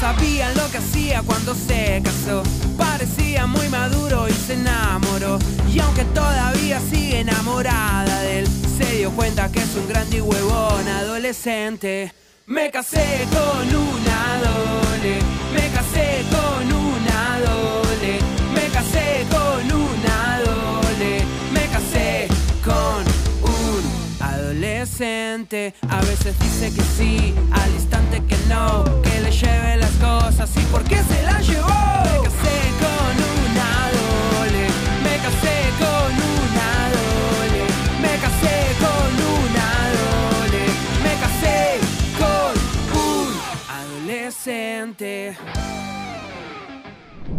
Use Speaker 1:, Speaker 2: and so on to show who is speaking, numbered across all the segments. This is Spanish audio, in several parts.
Speaker 1: sabían lo que hacía cuando se casó. Parecía muy maduro y se enamoró. Y aunque todavía sigue enamorada de él, se dio cuenta que es un grande y huevón adolescente. Me casé con una dole, me casé con una dole, me casé con una dole, me casé con un adolescente. A veces dice que sí, al instante que no, que le lleve las cosas y por qué se las llevó. Me casé con una dole, me casé con una dole, me casé con una dole, me casé con un adolescente.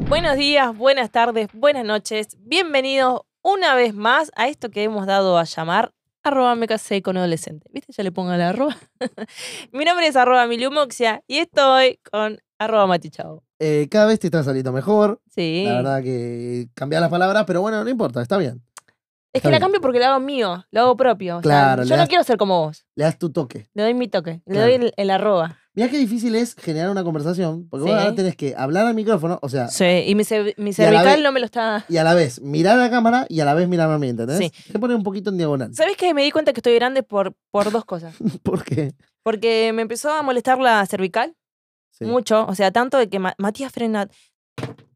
Speaker 2: Buenos días, buenas tardes, buenas noches. Bienvenidos una vez más a esto que hemos dado a llamar arroba me casé con adolescente. ¿Viste? Ya le pongo la arroba. Mi nombre es arroba miliumoxia y estoy con arroba matichao.
Speaker 3: Eh, cada vez te están saliendo mejor.
Speaker 2: Sí.
Speaker 3: La verdad que cambiar las palabras, pero bueno, no importa, está bien.
Speaker 2: es que
Speaker 3: está
Speaker 2: la
Speaker 3: bien.
Speaker 2: cambio porque la hago mío, lo hago propio. O sea,
Speaker 3: Claro,
Speaker 2: yo
Speaker 3: le
Speaker 2: no
Speaker 3: das-
Speaker 2: quiero ser como vos.
Speaker 3: Le das tu toque.
Speaker 2: Le doy mi toque, le
Speaker 3: Claro.
Speaker 2: doy el, el arroba.
Speaker 3: Mirá qué difícil es generar una conversación, porque
Speaker 2: Sí.
Speaker 3: vos ahora tenés que hablar al micrófono, o sea,
Speaker 2: Sí, y mi, cer- mi
Speaker 3: Ah. a la
Speaker 2: cervical
Speaker 3: vez-
Speaker 2: no me lo está.
Speaker 3: y a la vez mirar a la cámara y a la vez mirar a mí, ¿entendés?
Speaker 2: Sí.
Speaker 3: Se pone un poquito en diagonal.
Speaker 2: ¿Sabes que me di cuenta que estoy grande por, por dos cosas?
Speaker 3: Porque
Speaker 2: Porque me empezó a molestar la cervical.
Speaker 3: sí.
Speaker 2: mucho, o sea, tanto de que Ma- Matías frena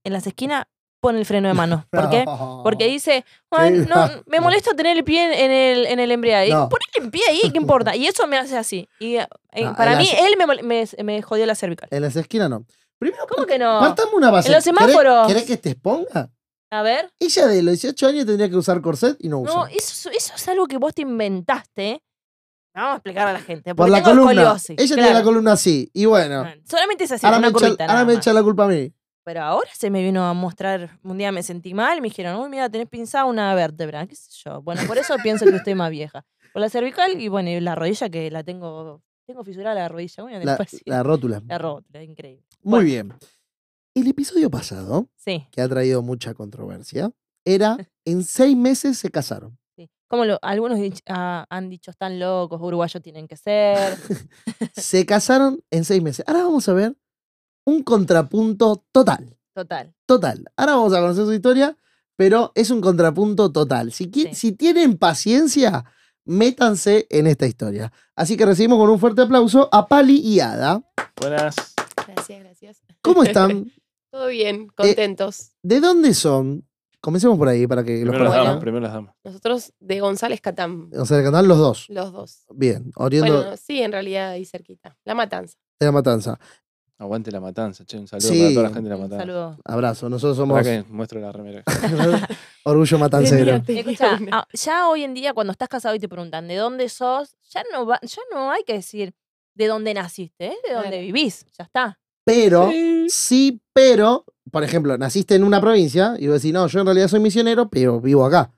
Speaker 2: en las esquinas, pone el freno de mano. ¿Por qué? Porque dice, "Juan,
Speaker 3: Sí,
Speaker 2: no,
Speaker 3: no.
Speaker 2: me molesta tener el pie en el, en el embriague. Y
Speaker 3: No.
Speaker 2: Ponele el pie ahí, ¿qué importa? Y eso me hace así. Y eh,
Speaker 3: No,
Speaker 2: para
Speaker 3: él
Speaker 2: mí,
Speaker 3: hace-
Speaker 2: él me, mol- me- me jodió la cervical.
Speaker 3: En las esquinas no. Primero,
Speaker 2: ¿Cómo que no?
Speaker 3: partamos una base.
Speaker 2: En los
Speaker 3: ¿Querés-
Speaker 2: semáforos.
Speaker 3: ¿Querés, que te exponga?
Speaker 2: A ver.
Speaker 3: Ella de los 18 años tendría que usar corset y no usa.
Speaker 2: No, eso, eso es algo que vos te inventaste. ¿eh? Vamos a explicar a la gente.
Speaker 3: Por
Speaker 2: porque
Speaker 3: la
Speaker 2: tengo
Speaker 3: columna.
Speaker 2: escoliosis,
Speaker 3: Ella tiene
Speaker 2: claro.
Speaker 3: la columna así. Y bueno,
Speaker 2: Solamente es así,
Speaker 3: ahora, me
Speaker 2: una
Speaker 3: echa,
Speaker 2: curvita.
Speaker 3: ahora
Speaker 2: nada
Speaker 3: me
Speaker 2: más.
Speaker 3: echa la culpa a mí.
Speaker 2: Pero ahora se me vino a mostrar, un día me sentí mal, me dijeron, uy, mira, tenés pinzada una vértebra, qué sé yo. Bueno, por eso pienso que estoy más vieja. Por la cervical y bueno, y la rodilla que la tengo, tengo fisurada la rodilla, bueno,
Speaker 3: La,
Speaker 2: después la,
Speaker 3: la rótula.
Speaker 2: la rótula, increíble.
Speaker 3: Muy
Speaker 2: Ah, Bueno.
Speaker 3: bien. El episodio pasado,
Speaker 2: Sí,
Speaker 3: que ha traído mucha controversia, era en seis meses se casaron.
Speaker 2: sí. Como lo, algunos dich- ah, han dicho, están locos, uruguayos tienen que ser.
Speaker 3: Se casaron en seis meses. Ahora vamos a ver un contrapunto total.
Speaker 2: Total.
Speaker 3: Total. Ahora vamos a conocer su historia, pero es un contrapunto total. Si, qui-
Speaker 2: Sí.
Speaker 3: si tienen paciencia, métanse en esta historia. Así que recibimos con un fuerte aplauso a Pali y Ada.
Speaker 4: Buenas.
Speaker 5: Gracias, gracias.
Speaker 3: ¿Cómo están?
Speaker 5: Todo bien, contentos.
Speaker 3: ¿De dónde son? Comencemos por ahí para que los
Speaker 4: Primero las
Speaker 5: conozco.
Speaker 4: damas,
Speaker 3: conozcan.
Speaker 4: primero las damas.
Speaker 5: Nosotros de González Catán,
Speaker 3: O sea, el canal los dos.
Speaker 5: los dos.
Speaker 3: Bien, oriendo
Speaker 5: Bueno, sí, en realidad ahí cerquita. La matanza.
Speaker 3: de la matanza.
Speaker 4: Aguante la matanza, che. Un saludo
Speaker 3: Sí.
Speaker 4: para toda la gente de la
Speaker 2: Un
Speaker 4: matanza.
Speaker 2: saludo.
Speaker 3: Abrazo, nosotros somos
Speaker 4: Para que muestro la remera.
Speaker 3: Orgullo Matancero.
Speaker 5: Tenía- tenía
Speaker 2: Escucha,
Speaker 5: una.
Speaker 2: ah, ya hoy en día cuando estás casado y te preguntan de dónde sos, ya no, va, ya no hay que decir de dónde naciste, ¿eh? de dónde
Speaker 5: Claro.
Speaker 2: vivís, ya está.
Speaker 3: Pero, sí, pero, por ejemplo, naciste en una provincia y vos decís, no, yo en realidad soy misionero, pero vivo acá.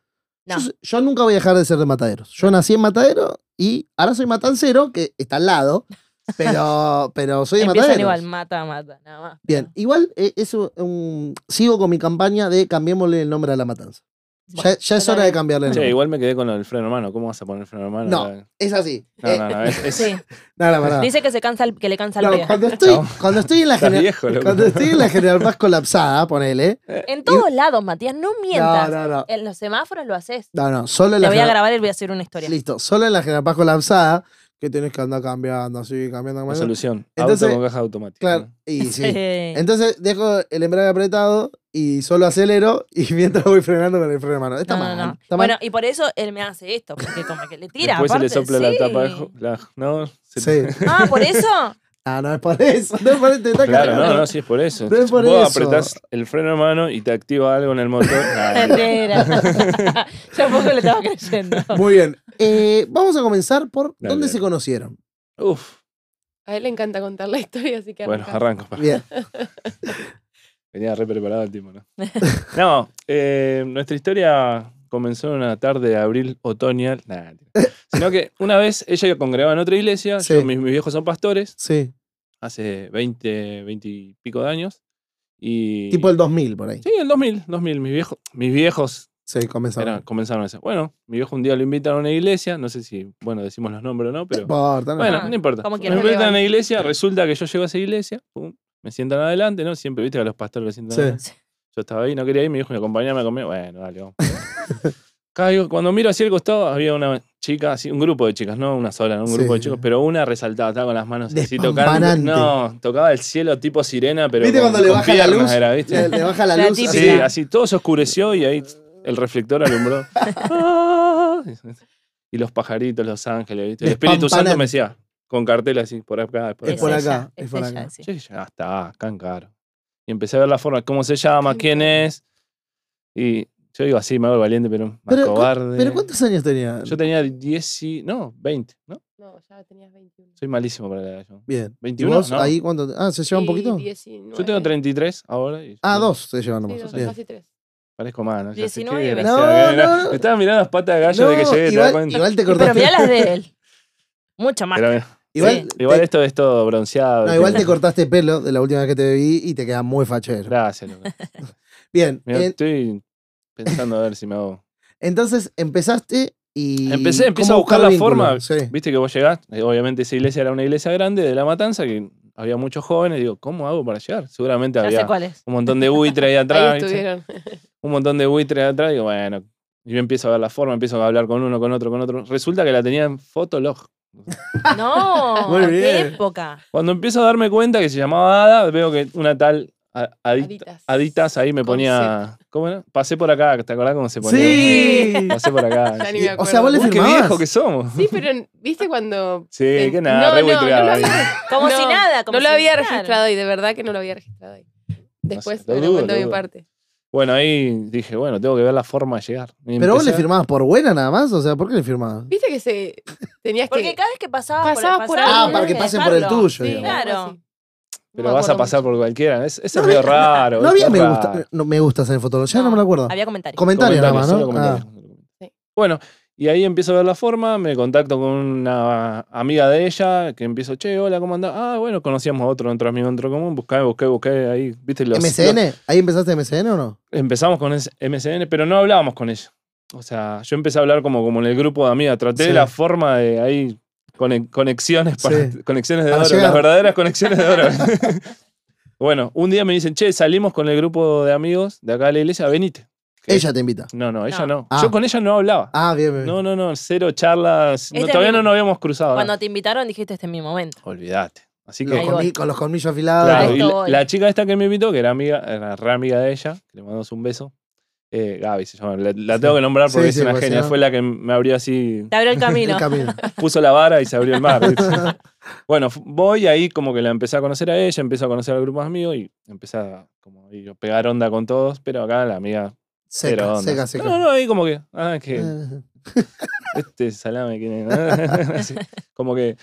Speaker 2: No.
Speaker 3: Yo, so- yo nunca voy a dejar de ser de Mataderos. Yo nací en Matadero y ahora soy Matancero, que está al lado, pero, pero soy de
Speaker 2: Empiezan
Speaker 3: Mataderos.
Speaker 2: igual, mata, mata, nada más.
Speaker 3: Bien, igual eh, es un- un- sigo con mi campaña de cambiémosle el nombre a la matanza. ya, ya es hora de cambiarle el
Speaker 4: Che,
Speaker 3: nombre.
Speaker 4: igual me quedé con lo del freno hermano. ¿Cómo vas a poner freno hermano?
Speaker 3: No.
Speaker 4: No,
Speaker 3: Es así. Eh,
Speaker 4: no, no. Es, es-
Speaker 2: Sí.
Speaker 3: nada, pará.
Speaker 2: Dice que se cansa el- que le cansa el
Speaker 3: No,
Speaker 2: pie.
Speaker 3: cuando, estoy,
Speaker 4: Chabón.
Speaker 3: cuando estoy en la
Speaker 4: Estás
Speaker 3: general.
Speaker 4: viejo, loco.
Speaker 3: eh, Cuando estoy en la general más colapsada, ponele.
Speaker 2: En todos lados, Matías, no
Speaker 3: No,
Speaker 2: mientas.
Speaker 3: no, no.
Speaker 2: En los semáforos lo haces.
Speaker 3: No, no, solo
Speaker 2: Te
Speaker 3: en la
Speaker 2: voy a
Speaker 3: general-
Speaker 2: grabar y voy a hacer una historia.
Speaker 3: Listo, solo en la general Paz colapsada, que tenés que andar cambiando, así, cambiando,
Speaker 4: La
Speaker 3: cambiando.
Speaker 4: solución.
Speaker 3: Entonces-
Speaker 4: Auto con caja automática.
Speaker 3: Claro, y sí. este
Speaker 2: Eh,
Speaker 3: Entonces dejo el embrague apretado y solo acelero y mientras voy frenando con el freno de mano. Está
Speaker 2: no, no,
Speaker 3: mal.
Speaker 2: no.
Speaker 3: Está mal.
Speaker 2: Bueno, y por eso él me hace esto, porque como que le tira.
Speaker 4: Después
Speaker 2: aparte,
Speaker 4: se le sopla
Speaker 2: sí.
Speaker 4: la tapa. de- la- no, se-
Speaker 3: Sí.
Speaker 2: Ah, por eso.
Speaker 3: Ah, no es por eso. No es por eso. Te está
Speaker 4: Claro,
Speaker 3: cargando.
Speaker 4: no, no, sí es por eso.
Speaker 3: No es por
Speaker 4: Vos
Speaker 3: eso.
Speaker 4: apretás el freno hermano y te activa algo en el motor. Nah, no.
Speaker 2: Mentira. Yo tampoco lo estaba creyendo.
Speaker 3: Muy bien. Eh, vamos a comenzar por
Speaker 4: Dale,
Speaker 3: dónde
Speaker 4: dale.
Speaker 3: se conocieron.
Speaker 4: Uf.
Speaker 5: A él le encanta contar la historia, así que
Speaker 4: Bueno,
Speaker 5: arranca.
Speaker 4: arranco. pa.
Speaker 3: Bien.
Speaker 4: Venía re preparado el tipo, ¿no? no, eh, nuestra historia comenzó en una tarde de abril otoñal. Nah, tío. sino que una vez ella congregaba en otra iglesia.
Speaker 3: Sí.
Speaker 4: yo- mis, mis viejos son pastores,
Speaker 3: Sí.
Speaker 4: hace 20, 20 y pico de años. Y,
Speaker 3: Tipo el 2000 por ahí.
Speaker 4: Sí, el 2000, 2000. Mis viejos, mis viejos
Speaker 3: Sí, comenzamos.
Speaker 4: eran- comenzaron a hacer. Bueno, mi viejo un día lo invitaron a una iglesia. No sé si, bueno, decimos los nombres o no,
Speaker 3: No
Speaker 4: pero.
Speaker 3: importa, no
Speaker 4: Bueno,
Speaker 2: Ah,
Speaker 4: no importa.
Speaker 2: como
Speaker 4: Lo
Speaker 2: quieras,
Speaker 4: invitan a
Speaker 2: relevante.
Speaker 4: una iglesia, resulta que yo llego a esa iglesia, pum, Me sientan adelante, ¿no? Siempre, viste, que a los pastores los sientan
Speaker 3: Sí.
Speaker 4: adelante. Yo estaba ahí, no quería ir, me dijo, acompañame a comer. Bueno, dale, vamos. Caigo, cuando miro hacia el costado, había una chica, así, un grupo de chicas, no una sola, no un
Speaker 3: Sí,
Speaker 4: grupo de
Speaker 3: sí.
Speaker 4: chicos, pero una resaltaba, estaba con las manos así tocando.
Speaker 3: Despampanante.
Speaker 4: No, tocaba el cielo tipo sirena, pero.
Speaker 3: ¿Viste
Speaker 4: con-
Speaker 3: cuando le
Speaker 4: con
Speaker 3: baja la
Speaker 4: piernas
Speaker 3: luz?
Speaker 4: era,
Speaker 3: Le,
Speaker 4: ¿viste?
Speaker 3: le baja la,
Speaker 2: La
Speaker 3: luz.
Speaker 4: Sí,
Speaker 2: típica.
Speaker 3: así.
Speaker 4: así todo se oscureció y ahí el reflector alumbró. Ah. y los pajaritos, los ángeles, ¿viste? El Espíritu Santo
Speaker 3: Despampanante.
Speaker 4: me decía, con cartel así, por acá, por
Speaker 3: Es
Speaker 4: acá.
Speaker 3: por
Speaker 2: ella,
Speaker 3: acá,
Speaker 2: es
Speaker 3: es por
Speaker 2: ella,
Speaker 3: acá.
Speaker 2: sí.
Speaker 4: Yo dije, ya está, can caro. Y empecé a ver la forma, cómo se llama, quién es. Y yo digo así, me hago el valiente, pero más
Speaker 3: Pero,
Speaker 4: cobarde.
Speaker 3: ¿Pero cuántos años tenía?
Speaker 4: Yo tenía 10 y- No, 20, ¿no?
Speaker 5: No, ya tenías 21.
Speaker 4: Soy malísimo para la edad. Yo,
Speaker 3: Bien. ¿Y
Speaker 4: 21,
Speaker 3: vos
Speaker 4: ¿no?
Speaker 3: ahí cuánto? Ah, ¿se lleva un
Speaker 5: Sí,
Speaker 3: poquito?
Speaker 5: 19.
Speaker 4: Yo tengo 33 ahora. Y
Speaker 3: Ah, dos se llevan
Speaker 5: Sí,
Speaker 3: nomás.
Speaker 5: dos,
Speaker 3: Bien.
Speaker 5: casi tres.
Speaker 4: Parezco más, ¿no? Ya sé,
Speaker 2: 19,
Speaker 4: qué
Speaker 2: 20.
Speaker 4: desgraciado.
Speaker 3: No, no, no.
Speaker 4: Me estaba mirando las patas de gallo de que
Speaker 3: No,
Speaker 4: llegué, ¿te das
Speaker 3: igual,
Speaker 4: cuenta?
Speaker 3: igual te
Speaker 2: Y Pero
Speaker 3: cortaste.
Speaker 2: mirá las de él. Mucho más.
Speaker 4: Pero,
Speaker 3: igual,
Speaker 4: igual
Speaker 3: te,
Speaker 4: esto es todo bronceado.
Speaker 3: no,
Speaker 4: ¿viste?
Speaker 3: igual te cortaste pelo de la última vez que te vi y te queda muy fachero.
Speaker 4: Gracias, loco.
Speaker 3: Bien.
Speaker 4: Mirá,
Speaker 3: en-
Speaker 4: estoy pensando a ver si me hago...
Speaker 3: entonces empezaste y.
Speaker 4: Empecé, empiezo
Speaker 3: ¿cómo
Speaker 4: a
Speaker 3: buscar
Speaker 4: buscar la
Speaker 3: vínculo?
Speaker 4: forma.
Speaker 3: Sí.
Speaker 4: Viste que vos llegás, eh, obviamente esa iglesia era una iglesia grande de La Matanza, que había muchos jóvenes, digo, ¿cómo hago para llegar? Seguramente
Speaker 2: Ya sé
Speaker 4: había
Speaker 2: cuál es.
Speaker 4: un montón de buitres ahí atrás,
Speaker 5: Ahí
Speaker 4: ¿viste?
Speaker 5: estuvieron.
Speaker 4: un montón de buitres atrás, digo, bueno, y yo empiezo a ver la forma, empiezo a hablar con uno, con otro, con otro. Resulta que la tenía en Fotolog.
Speaker 2: No,
Speaker 3: Muy
Speaker 2: qué
Speaker 3: bien.
Speaker 2: época.
Speaker 4: Cuando empiezo a darme cuenta que se llamaba Ada, veo que una tal a- adicta-
Speaker 5: Aditas.
Speaker 4: Aditas ahí me ponía, ¿cómo era? Pasé por acá, ¿te acordás cómo se ponía?
Speaker 3: Sí.
Speaker 4: Pasé por acá.
Speaker 5: Ya ni
Speaker 4: Sí.
Speaker 5: me
Speaker 3: O sea, vos le
Speaker 5: acuerdo.
Speaker 4: Uy, qué
Speaker 3: firmabas.
Speaker 4: viejo que somos.
Speaker 5: Sí, pero viste cuando.
Speaker 4: Sí,
Speaker 5: eh,
Speaker 4: que nada, re
Speaker 5: no, no, no,
Speaker 4: buitreado
Speaker 5: lo
Speaker 4: ahí.
Speaker 5: había-
Speaker 2: Como
Speaker 5: No,
Speaker 2: si nada. Como
Speaker 5: no lo
Speaker 2: si
Speaker 5: había
Speaker 2: nada.
Speaker 5: registrado ahí, de verdad que no lo había registrado ahí. Después
Speaker 4: lo
Speaker 5: me lo
Speaker 4: dudo,
Speaker 5: cuento
Speaker 4: lo
Speaker 5: de mi
Speaker 4: dudo.
Speaker 5: parte.
Speaker 4: Bueno, ahí dije, bueno, tengo que ver la forma de llegar. Y
Speaker 3: Pero vos
Speaker 4: empecé
Speaker 3: le firmabas por buena nada más, o sea, ¿por qué le firmabas?
Speaker 5: Viste que se tenías
Speaker 2: Porque
Speaker 5: que.
Speaker 2: cada vez que pasabas,
Speaker 5: Pasabas
Speaker 2: por,
Speaker 5: por
Speaker 2: pasabas
Speaker 5: algo.
Speaker 2: tenías
Speaker 5: Ah, para que
Speaker 3: pasen por el
Speaker 2: dejarlo.
Speaker 3: tuyo,
Speaker 5: Sí,
Speaker 3: digamos.
Speaker 5: algo
Speaker 2: Claro.
Speaker 5: así.
Speaker 4: Pero
Speaker 5: No me
Speaker 4: vas a
Speaker 5: acuerdo
Speaker 4: pasar por cualquiera. Es- Eso
Speaker 3: No,
Speaker 4: es medio
Speaker 3: no,
Speaker 4: raro.
Speaker 3: No
Speaker 4: ¿viste?
Speaker 3: había me,
Speaker 4: Raro.
Speaker 3: gusta, no, me gustas en el fotolog, ya no, me lo acuerdo.
Speaker 2: Había comentarios.
Speaker 3: Comentarios nada más,
Speaker 4: solo
Speaker 3: ¿no?
Speaker 4: comentarios,
Speaker 3: Ah,
Speaker 4: solo comentarios.
Speaker 5: Sí.
Speaker 4: Bueno, y ahí empiezo a ver la forma, me contacto con una amiga de ella, que empiezo, che, hola, ¿cómo andás? Ah, bueno, conocíamos a otro, otro amigo, otro común, buscá, busqué, busqué ahí, viste los...
Speaker 3: ¿MCN?
Speaker 4: los-
Speaker 3: ¿Ahí empezaste MCN o no?
Speaker 4: empezamos con ese MSN, pero no hablábamos con ella. O sea, yo empecé a hablar como, como en el grupo de amigas, traté
Speaker 3: Sí.
Speaker 4: la forma de ahí... cone- Conexiones, para,
Speaker 3: Sí.
Speaker 4: conexiones de
Speaker 3: Para
Speaker 4: oro, las
Speaker 3: llegar.
Speaker 4: verdaderas conexiones de oro. bueno, un día me dicen, che, salimos con el grupo de amigos de acá de la iglesia, venite. ¿Qué?
Speaker 3: Ella te invita.
Speaker 4: No, no, ella
Speaker 2: No.
Speaker 4: no.
Speaker 3: Ah.
Speaker 4: Yo con ella no hablaba.
Speaker 3: Ah, bien, bien.
Speaker 4: No, no, no, cero charlas. no,
Speaker 2: Este
Speaker 4: todavía
Speaker 2: mismo-
Speaker 4: no nos habíamos cruzado. ¿no?
Speaker 2: Cuando te invitaron dijiste este es mi momento.
Speaker 4: Olvídate. Así
Speaker 3: Los
Speaker 4: que.
Speaker 2: Ahí
Speaker 3: colmi-
Speaker 2: voy.
Speaker 3: con los colmillos afilados.
Speaker 4: Claro,
Speaker 2: Ahí
Speaker 4: y la,
Speaker 2: voy.
Speaker 4: la chica esta que me invitó, que era amiga, era re amiga de ella, que le mandamos un beso. Eh, Gaby se llama. La, la tengo que nombrar porque
Speaker 3: Sí,
Speaker 4: es
Speaker 3: sí,
Speaker 4: una
Speaker 3: porque si
Speaker 4: genia.
Speaker 3: no-
Speaker 4: Fue la que me abrió así,
Speaker 2: Te abrió el
Speaker 3: el
Speaker 2: camino.
Speaker 3: camino.
Speaker 4: puso la vara y se abrió el mar. bueno, fu- voy ahí como que la empecé a conocer a ella, empecé a conocer al grupo más mío y empecé a como digo, pegar onda con todos, pero acá la amiga
Speaker 3: Seca,
Speaker 4: cero onda.
Speaker 3: seca, seca.
Speaker 4: No, no, ahí como que. Ah, que.
Speaker 3: Eh,
Speaker 4: este salame que Así, como que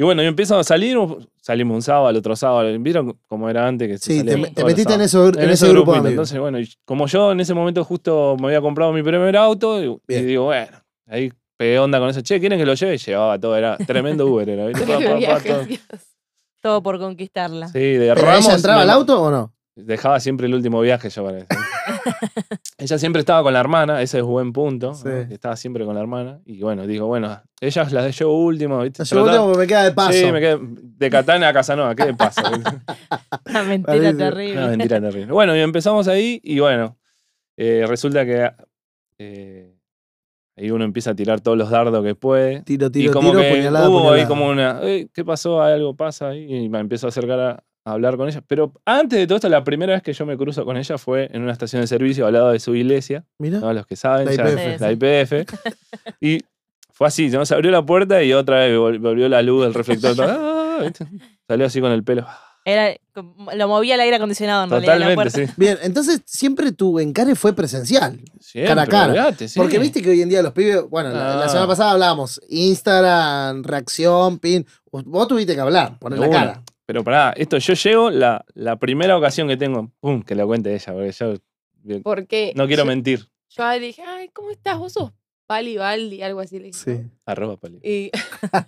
Speaker 4: y bueno yo empiezo a salir un- salimos un sábado al otro sábado vieron cómo era antes que se
Speaker 3: Sí,
Speaker 4: salía
Speaker 3: te,
Speaker 2: Sí.
Speaker 4: todos
Speaker 3: te
Speaker 4: los
Speaker 3: metiste en,
Speaker 4: sábados?
Speaker 3: eso, en, ese, grupo de
Speaker 4: grupito.
Speaker 3: amigos.
Speaker 4: entonces bueno y como yo en ese momento justo me había comprado mi primer auto y, y
Speaker 3: Bien.
Speaker 4: digo bueno ahí pegué onda con eso che quieren que lo lleve y llevaba todo era tremendo Uber era ¿viste? Pa, pa,
Speaker 5: Qué
Speaker 4: pa, todo.
Speaker 5: viajes.
Speaker 2: Todo por conquistarla.
Speaker 4: sí de
Speaker 3: ¿Pero
Speaker 4: Ramos
Speaker 3: ella entraba
Speaker 4: me-
Speaker 3: al auto o no?
Speaker 4: dejaba siempre el último viaje yo parece ella siempre estaba con la hermana ese es buen punto ¿no?
Speaker 3: Sí.
Speaker 4: Que estaba siempre con la hermana y bueno digo bueno ellas las llevo último ¿viste?
Speaker 3: La llevó
Speaker 4: Trataba-
Speaker 3: último porque me queda de paso.
Speaker 4: Sí, me quedé de Catana a Casanova, ¿qué pasa?
Speaker 2: Una mentira
Speaker 3: Parece-
Speaker 2: terrible.
Speaker 4: Una mentira terrible. Bueno, y empezamos ahí y bueno, eh, resulta que eh, ahí uno empieza a tirar todos los dardos que puede.
Speaker 3: Tiro,
Speaker 4: y
Speaker 3: tiro,
Speaker 4: como
Speaker 3: tiro,
Speaker 4: que
Speaker 3: puñalada,
Speaker 4: hubo ahí
Speaker 3: puñalada.
Speaker 4: como una, "Eh, ¿qué pasó? Hay ¿Algo pasa ahí? Y me empiezo a acercar a, a hablar con ella. Pero antes de todo esto, la primera vez que yo me cruzo con ella fue en una estación de servicio al lado de su iglesia.
Speaker 3: Mirá.
Speaker 4: ¿no? Los que saben,
Speaker 3: La
Speaker 4: ya-
Speaker 3: YPF.
Speaker 4: la IPF. y fue así, ¿no? Se abrió la puerta y otra vez vol- volvió la luz del reflector. todo, ah, ¿viste? Salió así con el pelo.
Speaker 2: Era, lo movía el aire acondicionado en realidad. la
Speaker 4: Totalmente,
Speaker 2: puerta.
Speaker 4: sí.
Speaker 3: Bien, entonces siempre tu encare fue presencial.
Speaker 4: Siempre,
Speaker 3: Cara a cara.
Speaker 4: olvidate, sí.
Speaker 3: Porque viste que hoy en día los pibes, bueno, la, la
Speaker 4: Ah.
Speaker 3: semana pasada hablábamos Instagram, reacción, pin. Vos tuviste que hablar, poner la
Speaker 4: Una.
Speaker 3: cara.
Speaker 4: Pero pará, esto yo llego, la, la primera ocasión que tengo, pum, que la cuente ella, porque yo bien,
Speaker 5: Porque
Speaker 4: no quiero
Speaker 5: yo,
Speaker 4: mentir.
Speaker 5: yo le dije, ay, ¿cómo estás? Vos sos Pali Baldi, algo así le dije. ¿no?
Speaker 4: Arroba, Pali.
Speaker 5: Y,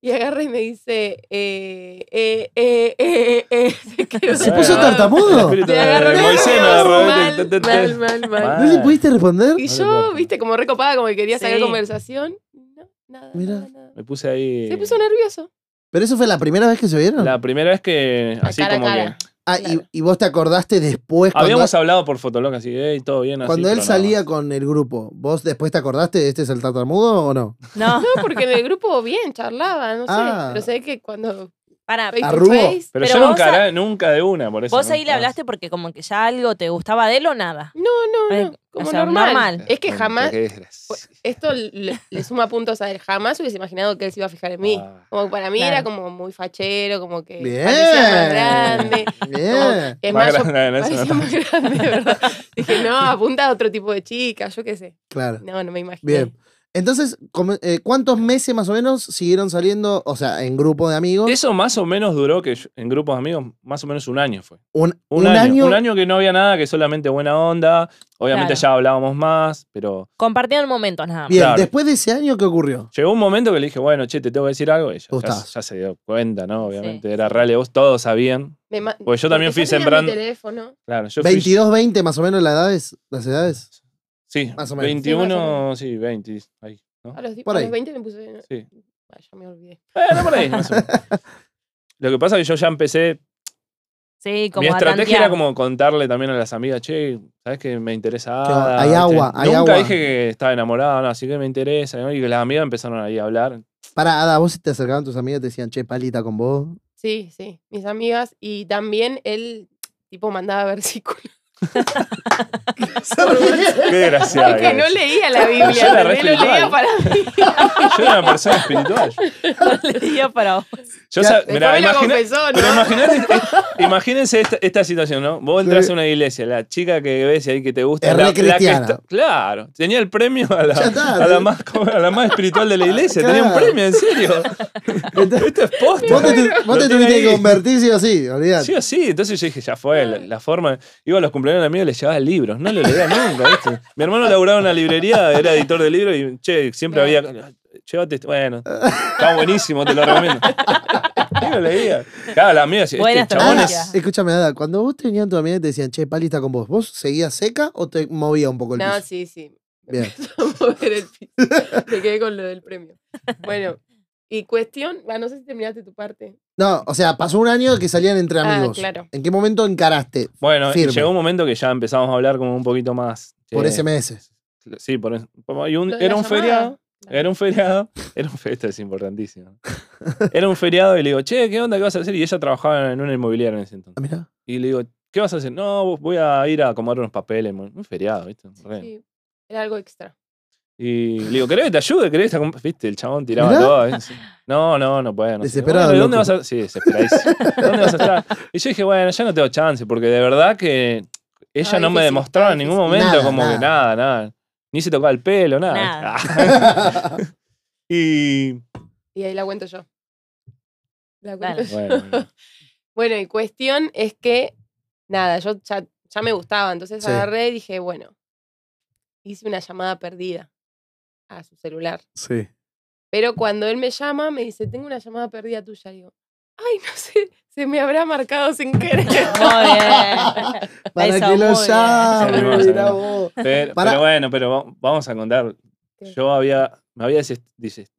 Speaker 5: y agarra y me dice, eh, eh, eh, eh, eh. Se, quedó
Speaker 3: ¿Se
Speaker 4: Bueno.
Speaker 3: puso
Speaker 5: trabado.
Speaker 3: tartamudo?
Speaker 4: Espíritu
Speaker 5: Me agarró
Speaker 4: de
Speaker 5: nervios,
Speaker 4: Moisés me agarró,
Speaker 5: mal,
Speaker 4: te- te- te-
Speaker 5: mal, mal, mal.
Speaker 4: Mal.
Speaker 3: ¿No le pudiste responder?
Speaker 5: Y
Speaker 4: No te puedo
Speaker 5: yo,
Speaker 4: creer.
Speaker 5: viste, como recopada, como que quería sacar
Speaker 2: Sí.
Speaker 5: conversación. No, nada,
Speaker 3: Mirá.
Speaker 5: nada, nada.
Speaker 4: Me puse ahí.
Speaker 5: Se puso nervioso.
Speaker 3: Pero eso fue la primera vez que se vieron.
Speaker 4: La primera vez que, así
Speaker 5: cara a
Speaker 4: como
Speaker 5: cara.
Speaker 4: que.
Speaker 3: ah,
Speaker 5: claro.
Speaker 3: y, y vos te acordaste después cuando,
Speaker 4: Habíamos hablado por Fotolog, así, hey, todo bien. Así,
Speaker 3: cuando él
Speaker 4: pero no.
Speaker 3: salía con el grupo. ¿Vos después te acordaste de este es el tartamudo o no?
Speaker 2: No,
Speaker 5: No, porque en el grupo bien charlaba, no sé.
Speaker 3: Ah.
Speaker 5: Pero sé que cuando.
Speaker 2: para.
Speaker 5: face to
Speaker 3: Arrugó.
Speaker 5: face-
Speaker 4: Pero,
Speaker 2: Pero
Speaker 4: yo
Speaker 2: vos
Speaker 4: nunca,
Speaker 2: a-
Speaker 4: era- nunca de una, por eso.
Speaker 2: Vos
Speaker 4: ¿no?
Speaker 2: ahí le hablaste porque como que ya algo te gustaba de él o nada.
Speaker 5: No, no, no.
Speaker 2: Ay,
Speaker 5: Como
Speaker 2: o sea,
Speaker 5: normal.
Speaker 2: normal.
Speaker 5: Es que jamás.
Speaker 4: Qué desgracia.
Speaker 5: Esto le, le suma puntos a él. Jamás hubiese imaginado que él se iba a fijar en mí.
Speaker 4: Ah.
Speaker 5: Como que para mí era
Speaker 2: Claro.
Speaker 5: como muy fachero, como que
Speaker 3: Bien.
Speaker 5: parecía más grande.
Speaker 3: Bien.
Speaker 5: Es
Speaker 4: Más
Speaker 5: más, yo
Speaker 4: grande, no, eso no.
Speaker 5: parecía más grande, ¿verdad? Dije, no, apunta a otro tipo de chica, yo qué sé.
Speaker 3: Claro.
Speaker 5: No, no me imaginé.
Speaker 3: Bien. Entonces, come- eh, ¿cuántos meses más o menos siguieron saliendo, o sea, en grupo de amigos?
Speaker 4: Eso más o menos duró, que yo- en grupos de amigos, más o menos un año fue.
Speaker 3: Un,
Speaker 4: Un,
Speaker 3: un
Speaker 4: año,
Speaker 3: año.
Speaker 4: Un año que no había nada, que solamente buena onda. Obviamente
Speaker 2: Claro.
Speaker 4: ya hablábamos más, pero
Speaker 2: Compartían momentos nada más.
Speaker 3: Bien,
Speaker 4: Claro.
Speaker 3: después de ese año, ¿qué ocurrió?
Speaker 4: llegó un momento que le dije, bueno, che, te tengo que decir algo. Y ya,
Speaker 3: Tú
Speaker 4: ya-
Speaker 3: estás.
Speaker 4: ya se dio cuenta, ¿no? Obviamente
Speaker 2: Sí,
Speaker 4: era rale, vos todos sabían.
Speaker 5: Me ma-
Speaker 4: Pues yo también
Speaker 5: porque
Speaker 4: fui
Speaker 5: tenía mi
Speaker 4: sembrando-
Speaker 5: teléfono.
Speaker 4: Claro, yo fui-
Speaker 3: 22, 20 más o menos las edades, las edades.
Speaker 4: Sí,
Speaker 3: Más o menos.
Speaker 4: 21, sí, 20. Ahí, ¿no?
Speaker 5: A los, di-
Speaker 3: Por
Speaker 5: a
Speaker 3: ahí.
Speaker 5: los 20 me puse.
Speaker 4: Sí.
Speaker 5: Ah, ya me olvidé.
Speaker 4: Bueno, por ahí, más o menos. Lo que pasa es que yo ya empecé.
Speaker 2: Sí, como
Speaker 4: mi
Speaker 2: a
Speaker 4: estrategia
Speaker 2: tantear.
Speaker 4: era como contarle también a las amigas, che, ¿sabes que me interesa?
Speaker 3: Claro,
Speaker 4: Ada",
Speaker 3: hay
Speaker 4: ¿viste?
Speaker 3: agua, hay
Speaker 4: Nunca
Speaker 3: agua.
Speaker 4: dije que estaba enamorada, no, así que me interesa. ¿no? Y las amigas empezaron ahí a hablar.
Speaker 3: Para Ada, vos si te acercaban tus amigas te decían, che, palita con vos.
Speaker 5: Sí, sí, mis amigas. Y también él, tipo, mandaba versículos.
Speaker 4: Qué desgraciado.
Speaker 5: Porque no leía la Biblia,
Speaker 4: Yo era re
Speaker 5: ¿entendés? lo leía
Speaker 4: espiritual.
Speaker 5: para mí.
Speaker 4: Yo era una persona espiritual.
Speaker 2: Le diga para vos.
Speaker 3: Ya,
Speaker 4: Yo sab-
Speaker 5: Después
Speaker 4: mirá,
Speaker 5: me lo
Speaker 4: imagina-
Speaker 5: confesó,
Speaker 4: pero
Speaker 5: ¿no?
Speaker 4: imaginate- eh, imagínense esta, esta situación, ¿no? Vos entras
Speaker 3: Sí.
Speaker 4: a una iglesia, la chica que ves ahí que te gusta.
Speaker 3: Es re
Speaker 4: la, la que
Speaker 3: cristiana.
Speaker 4: está- claro, tenía el premio a la,
Speaker 3: Ya está,
Speaker 4: a la
Speaker 3: te-
Speaker 4: más, co- a la más espiritual de la iglesia. Tenía un
Speaker 3: Claro.
Speaker 4: premio, en serio. Esto es posta.
Speaker 3: Vos te, tu- vos
Speaker 4: Lo
Speaker 3: te
Speaker 4: tiene
Speaker 3: tuviste que
Speaker 4: ahí.
Speaker 3: convertir sí o sí, olvidate.
Speaker 4: Sí o sí, entonces yo dije, ya fue, la, la forma. Iba a los cumpleaños de amigos y les llevaba libros, no lo leía nunca, ¿viste? Mi hermano laburaba en una librería, era editor de libros y, che, siempre había. Llévate, este- bueno, está buenísimo, te lo recomiendo. Y lo leía. Claro, la amiga decía,
Speaker 2: Buena
Speaker 4: este chabón es-
Speaker 2: estrategia.
Speaker 3: Ah, Escúchame, Ada, cuando vos te venían tus amigas y te decían, che, palita con vos, ¿vos seguías seca o te movía un poco el
Speaker 5: No,
Speaker 3: piso?
Speaker 5: sí, sí. Me
Speaker 3: Bien.
Speaker 5: empezó a mover el piso. Te quedé con lo del premio. Bueno, y cuestión, ah, no sé si terminaste tu parte.
Speaker 3: No, o sea, pasó un año que salían entre
Speaker 5: Ah,
Speaker 3: amigos.
Speaker 5: claro.
Speaker 3: ¿En qué momento encaraste
Speaker 4: Bueno, y
Speaker 3: Firme.
Speaker 4: llegó un momento que ya empezamos a hablar como un poquito más.
Speaker 3: por
Speaker 4: eh,
Speaker 3: SMS?
Speaker 4: Sí, por eso. Como hay un-
Speaker 5: Lo de
Speaker 4: era
Speaker 5: la
Speaker 4: un
Speaker 5: llamada.
Speaker 4: feriado. Era un feriado. Era un fe- esto es importantísimo. Era un feriado y le digo, che, ¿qué onda? ¿Qué vas a hacer? Y ella trabajaba en una inmobiliaria en ese entonces.
Speaker 3: Ah, mirá.
Speaker 4: Y le digo, ¿qué vas a hacer? No, vos- voy a ir a acomodar unos papeles. mon- Un feriado, ¿viste? Re.
Speaker 5: Sí, era algo extra.
Speaker 4: Y le digo, ¿querés que te ayude? ¿Querés que te acom-?" ¿Viste? El chabón tiraba
Speaker 3: Mirá.
Speaker 4: todo. ¿eh? Sí. No, no, no puede. No sé.
Speaker 3: Desesperado,
Speaker 4: "Bueno, ¿Dónde
Speaker 3: loco.
Speaker 4: vas a.? Sí, desesperadísimo. ¿Dónde vas a estar? Y yo dije, bueno, ya no tengo chance, porque de verdad que ella
Speaker 5: Estaba
Speaker 4: no me
Speaker 5: difícil,
Speaker 4: demostraba en
Speaker 5: estaba
Speaker 4: ningún
Speaker 3: difícil.
Speaker 4: momento
Speaker 3: Nada,
Speaker 4: como que nada, nada. Ni se tocaba el pelo, nada. Ah,
Speaker 2: Nada.
Speaker 4: y.
Speaker 5: Y ahí la cuento yo. La cuento
Speaker 2: Dale.
Speaker 5: yo.
Speaker 4: Bueno,
Speaker 5: Bueno, y cuestión es que, nada, yo ya, ya me gustaba, entonces
Speaker 3: Sí.
Speaker 5: agarré y dije, bueno, hice una llamada perdida a su celular.
Speaker 3: Sí.
Speaker 5: Pero cuando él me llama, me dice, tengo una llamada perdida tuya. Y digo, ay, no sé, se me habrá marcado sin querer.
Speaker 2: Muy bien.
Speaker 3: Para
Speaker 2: hizo
Speaker 3: que lo
Speaker 2: muy bien.
Speaker 3: llame,
Speaker 4: Salimos,
Speaker 3: mirá
Speaker 4: salimos.
Speaker 3: vos.
Speaker 4: pero,
Speaker 3: Pará.
Speaker 4: pero bueno, pero va- vamos a contar.
Speaker 5: ¿Qué?
Speaker 4: Yo había. Me había deses- deses-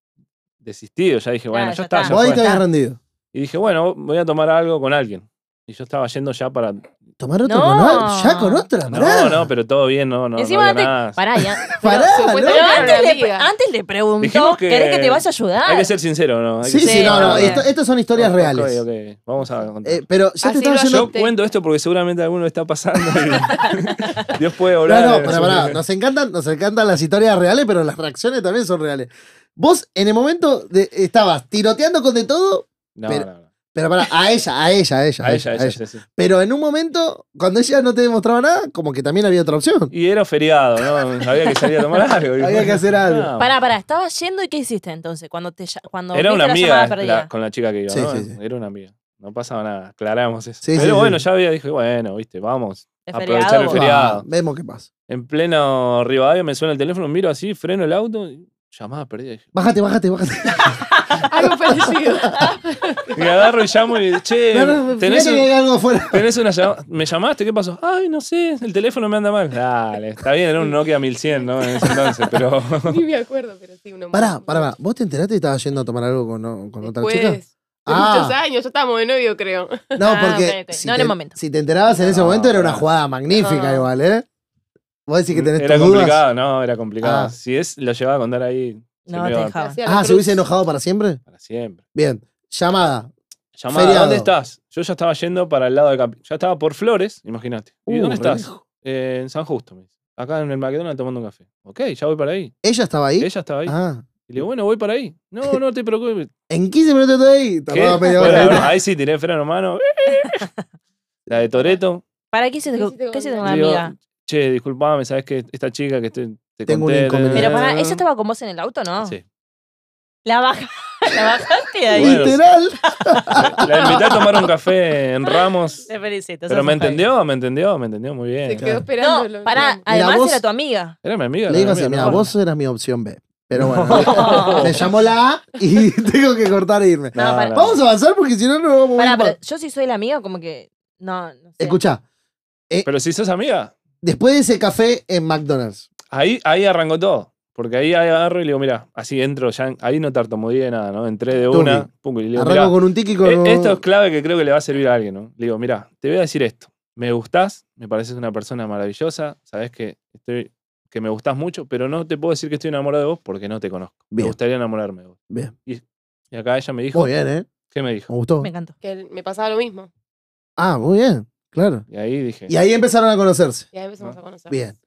Speaker 4: desistido. Ya dije, bueno,
Speaker 2: Claro,
Speaker 4: ya
Speaker 2: ya
Speaker 4: está.
Speaker 2: está.
Speaker 4: ya
Speaker 3: Vos ahí
Speaker 4: fue.
Speaker 3: te habías rendido.
Speaker 4: Y dije, bueno, voy a tomar algo con alguien. Y yo estaba yendo ya para. No,
Speaker 3: ¿Tomar otra
Speaker 2: No.
Speaker 3: con otra? ¿Ya con otra? Pará.
Speaker 4: no, pero todo bien, no, no.
Speaker 2: Encima
Speaker 4: no había
Speaker 2: antes,
Speaker 4: nada.
Speaker 2: pará, ya.
Speaker 3: Pará,
Speaker 5: No,
Speaker 3: loco.
Speaker 2: Pero
Speaker 5: Era
Speaker 2: antes
Speaker 5: una
Speaker 2: le,
Speaker 5: amiga.
Speaker 2: antes le preguntó,
Speaker 4: Dijimos que-
Speaker 2: ¿querés que te vaya a ayudar?
Speaker 4: Hay que ser sincero, ¿no? Hay que
Speaker 3: Sí,
Speaker 4: ser
Speaker 3: sí, no, no.
Speaker 4: sincero.
Speaker 3: esto- Estas son historias
Speaker 4: Ok,
Speaker 3: reales.
Speaker 4: ok, ok. Vamos a contar.
Speaker 3: Eh, pero ya te
Speaker 5: Así
Speaker 3: estaba
Speaker 5: lo
Speaker 3: yendo.
Speaker 4: Yo
Speaker 5: no te-
Speaker 4: cuento esto porque seguramente alguno está pasando. y- Dios puede
Speaker 3: No,
Speaker 4: orar.
Speaker 3: no, pará, pará. Nos encantan, nos encantan las historias reales, pero las reacciones también son reales. Vos en el momento de- estabas tiroteando con de todo,
Speaker 4: No,
Speaker 3: Pero-
Speaker 4: no, no.
Speaker 3: pero pará, a ella, a ella, a ella.
Speaker 4: A ella, a ella,
Speaker 3: a ella.
Speaker 4: sí, sí.
Speaker 3: Pero en un momento, cuando ella no te demostraba nada, como que también había otra opción.
Speaker 4: Y era feriado, ¿no? Había que salir a tomar algo. digo.
Speaker 3: Había que hacer algo.
Speaker 4: No.
Speaker 2: Pará, pará, estabas yendo y ¿qué hiciste entonces? Cuando te ll- cuando
Speaker 4: Era
Speaker 2: viste
Speaker 4: una
Speaker 2: la llamada
Speaker 4: amiga
Speaker 2: perdida.
Speaker 4: la- con la chica que iba,
Speaker 3: Sí,
Speaker 4: ¿no?
Speaker 3: sí, sí.
Speaker 4: Era una amiga. No pasaba nada, aclaramos eso.
Speaker 3: Sí,
Speaker 4: Pero
Speaker 3: sí,
Speaker 4: bueno,
Speaker 3: sí.
Speaker 4: ya había, dije, bueno, viste, vamos.
Speaker 2: De
Speaker 4: Aprovechar
Speaker 2: feriado,
Speaker 4: el
Speaker 2: vos.
Speaker 4: feriado.
Speaker 3: Ah, vemos qué pasa.
Speaker 4: En pleno Rivadavia me suena el teléfono, miro así, freno el auto, y llamada perdida. Dije,
Speaker 3: Bájate, bájate, bájate.
Speaker 5: Algo parecido.
Speaker 4: Y agarro y llamo y che,
Speaker 3: No, no,
Speaker 4: tenés,
Speaker 3: fíjate que hay
Speaker 4: un-
Speaker 3: algo fuera.
Speaker 4: tenés una llamada. ¿Me llamaste? ¿Qué pasó? Ay, no sé, el teléfono me anda mal. Dale, está bien, era un Nokia 1100, ¿no? En ese entonces, pero.
Speaker 5: Ni me acuerdo, pero sí, uno
Speaker 3: Pará, pará, pará. ¿Vos te enteraste que estabas yendo a tomar algo con, con otra chica? Ah,
Speaker 5: Después, muchos años, ya estábamos de novio, creo.
Speaker 3: No,
Speaker 2: Ah,
Speaker 3: porque.
Speaker 2: ok, ok.
Speaker 3: Si
Speaker 2: No en
Speaker 3: te,
Speaker 2: el momento.
Speaker 3: Si te enterabas en ese
Speaker 4: No,
Speaker 3: momento, era una
Speaker 4: no.
Speaker 3: jugada magnífica,
Speaker 5: No.
Speaker 3: igual, ¿eh? Vos decís que tenés
Speaker 4: Era
Speaker 3: tus dudas.
Speaker 4: complicado, no, era complicado.
Speaker 3: Ah.
Speaker 4: Si es, lo llevaba a contar ahí. se
Speaker 2: No,
Speaker 4: me
Speaker 2: te
Speaker 4: iba
Speaker 2: dejaba.
Speaker 5: Hacía la
Speaker 3: Ah, ¿se
Speaker 5: cruz.
Speaker 3: hubiese enojado para siempre?
Speaker 4: Para siempre.
Speaker 3: Bien. Llamada.
Speaker 4: Llamada,
Speaker 3: Feriado.
Speaker 4: ¿dónde estás? Yo ya estaba yendo para el lado de Capi. Ya estaba por Flores, imagínate. ¿Y
Speaker 3: Uh,
Speaker 4: dónde
Speaker 3: re
Speaker 4: estás?
Speaker 3: lejos.
Speaker 4: Eh, en San Justo, me dice. Acá en el McDonald's tomando un café. Ok, ya voy para ahí.
Speaker 3: ¿Ella estaba ahí?
Speaker 4: Ella estaba ahí.
Speaker 3: Ah.
Speaker 4: Y le digo, bueno, voy para ahí. No, no te preocupes.
Speaker 3: En 15 minutos estoy ahí.
Speaker 4: ¿Qué?
Speaker 3: Tardaba media
Speaker 4: Bueno,
Speaker 3: hora.
Speaker 4: bueno, ahí sí tiré freno en mano. La de Toreto.
Speaker 2: ¿Para qué hiciste,
Speaker 5: ¿Qué
Speaker 2: con-
Speaker 5: hiciste con
Speaker 2: qué hiciste
Speaker 5: la
Speaker 2: con la
Speaker 4: Digo,
Speaker 2: amiga?
Speaker 4: Che, disculpame, sabes que esta chica que te, te
Speaker 3: Tengo un
Speaker 4: conté,
Speaker 3: inconveniente.
Speaker 2: Pero para, ¿ella estaba con vos en el auto, no?
Speaker 4: Sí.
Speaker 2: La, baja, la bajaste de ahí.
Speaker 4: Bueno.
Speaker 3: Literal.
Speaker 4: La invité a tomar un café en Ramos.
Speaker 2: Te felicito.
Speaker 4: Pero
Speaker 2: sos
Speaker 4: me
Speaker 2: un genio.
Speaker 4: entendió, me entendió, me entendió muy
Speaker 5: Se
Speaker 4: bien.
Speaker 5: quedó esperando.
Speaker 2: No, pará,
Speaker 3: Mira,
Speaker 2: además
Speaker 3: vos-
Speaker 2: era tu amiga.
Speaker 4: Era mi
Speaker 3: Le
Speaker 4: amiga. era
Speaker 3: digo
Speaker 4: mi
Speaker 3: así,
Speaker 4: amiga,
Speaker 3: mira,
Speaker 4: no.
Speaker 3: vos eras mi opción B. Pero bueno,
Speaker 2: No.
Speaker 3: me llamó la A y tengo que cortar e irme.
Speaker 4: No,
Speaker 2: No, para-
Speaker 4: no.
Speaker 3: Vamos a avanzar porque si no, no vamos a
Speaker 2: Pará,
Speaker 3: ir más.
Speaker 2: pero yo si soy la amiga, como que. No, no sé.
Speaker 3: Escuchá,
Speaker 4: Pero si sos amiga,
Speaker 3: después de ese café en McDonald's,
Speaker 4: ahí, ahí arrancó todo. Porque ahí agarro y le digo, mira, así entro, ya, en- ahí no tartamudeé nada, ¿no? Entré de
Speaker 3: Tuki.
Speaker 4: una, pum, y le digo,
Speaker 3: arranco
Speaker 4: mirá,
Speaker 3: con un tiki con
Speaker 4: Eh, Esto es clave que creo que le va a servir a alguien, ¿no? Le digo, mira, te voy a decir esto. Me gustás, me pareces una persona maravillosa, sabes que estoy que me gustás mucho, pero no te puedo decir que estoy enamorado de vos porque no te conozco.
Speaker 3: Bien.
Speaker 4: Me gustaría enamorarme de vos.
Speaker 3: Bien.
Speaker 4: Y, y acá ella me dijo,
Speaker 3: Muy bien, ¿eh?
Speaker 4: ¿qué me
Speaker 3: Me
Speaker 4: dijo?
Speaker 3: gustó.
Speaker 2: Me encantó.
Speaker 5: Que me pasaba lo mismo.
Speaker 3: Ah, muy bien, claro.
Speaker 4: Y ahí dije,
Speaker 3: Y ahí empezaron a conocerse.
Speaker 5: Y ahí empezamos
Speaker 4: Ah.
Speaker 5: a conocer.
Speaker 3: Bien.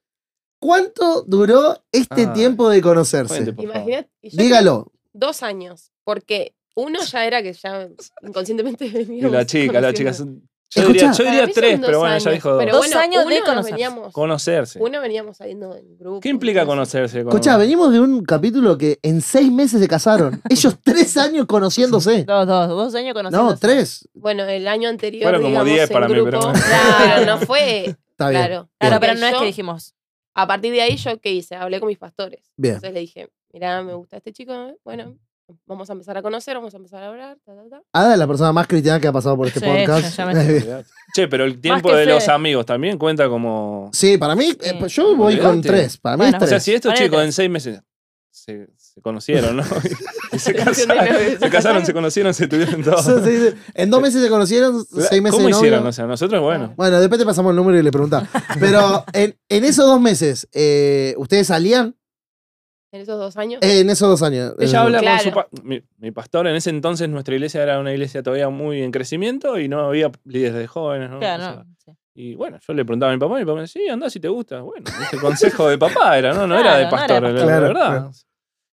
Speaker 3: ¿Cuánto duró este
Speaker 4: Ay.
Speaker 3: tiempo de conocerse?
Speaker 4: Cuente, por favor.
Speaker 5: Imagínate. y yo
Speaker 3: Dígalo.
Speaker 5: Dos años. Porque uno ya era que ya inconscientemente
Speaker 4: Y
Speaker 5: venía.
Speaker 4: la chica, la chica. son- Yo
Speaker 3: Escuchá.
Speaker 4: diría, yo diría
Speaker 5: Para mí son
Speaker 4: tres,
Speaker 5: dos
Speaker 4: pero bueno, ella
Speaker 5: años,
Speaker 4: dijo dos.
Speaker 5: pero
Speaker 2: Dos
Speaker 5: bueno,
Speaker 2: años de
Speaker 5: uno nos
Speaker 2: conocerse.
Speaker 5: Veníamos,
Speaker 4: Conocerse.
Speaker 5: uno veníamos saliendo del grupo.
Speaker 4: ¿Qué implica
Speaker 5: entonces-
Speaker 4: conocerse? Con-
Speaker 3: Escucha, venimos de un capítulo que en seis meses se casaron. Ellos tres años conociéndose.
Speaker 2: Dos, dos, dos años conocidos.
Speaker 3: No, tres.
Speaker 5: Bueno, el año anterior.
Speaker 4: Fueron como
Speaker 5: digamos,
Speaker 4: 10
Speaker 5: en
Speaker 4: para mí,
Speaker 5: grupo,
Speaker 4: pero-
Speaker 5: Claro, no fue.
Speaker 3: Está bien.
Speaker 5: Claro.
Speaker 2: Claro,
Speaker 5: Porque
Speaker 2: pero no es
Speaker 5: yo-
Speaker 2: que dijimos.
Speaker 5: A partir de ahí, ¿yo qué hice? Hablé con mis pastores.
Speaker 3: Bien.
Speaker 5: Entonces le dije, mirá, me gusta este chico, ¿eh? bueno, vamos a empezar a conocer, vamos a empezar a hablar, ta, ta, ta.
Speaker 3: Ada es la persona más cristiana que ha pasado por este
Speaker 2: Sí,
Speaker 3: podcast.
Speaker 2: ya me-
Speaker 4: Che, pero el tiempo
Speaker 2: que
Speaker 4: de los
Speaker 2: Fede.
Speaker 4: amigos también cuenta como...
Speaker 3: sí, para mí, eh,
Speaker 2: Sí.
Speaker 3: yo voy con
Speaker 4: Olvidate.
Speaker 3: tres. Para mí
Speaker 2: Bueno,
Speaker 3: es
Speaker 4: O sea,
Speaker 3: tres.
Speaker 4: si estos
Speaker 2: Ponele
Speaker 4: chicos
Speaker 2: tres.
Speaker 4: en seis meses se, se conocieron, ¿no? Y se casaron,
Speaker 5: Se
Speaker 4: se casaron, se conocieron, se tuvieron todo.
Speaker 3: Sí, sí, sí. En dos meses se conocieron, seis meses
Speaker 4: ¿Cómo
Speaker 3: de novio.
Speaker 4: hicieron? O sea, nosotros, bueno.
Speaker 3: Bueno, después te pasamos el número y le preguntás. Pero en, en esos dos meses, eh, ¿ustedes salían?
Speaker 5: En esos dos años.
Speaker 3: Eh, en esos dos años. Eh,
Speaker 4: Ella habla
Speaker 5: Claro.
Speaker 4: con su pa- mi, mi pastor. En ese entonces nuestra iglesia era una iglesia todavía muy en crecimiento y no había líderes de jóvenes, ¿no?
Speaker 2: Claro,
Speaker 4: O sea,
Speaker 2: no. sí.
Speaker 4: y bueno, yo le preguntaba a mi papá y mi papá me decía, sí, andá si te gusta. Bueno, ese consejo de papá era, ¿no? No era de
Speaker 2: Claro, no era
Speaker 4: pastor,
Speaker 2: de
Speaker 4: era
Speaker 3: pastor.
Speaker 4: la
Speaker 3: Claro,
Speaker 4: verdad.
Speaker 3: claro.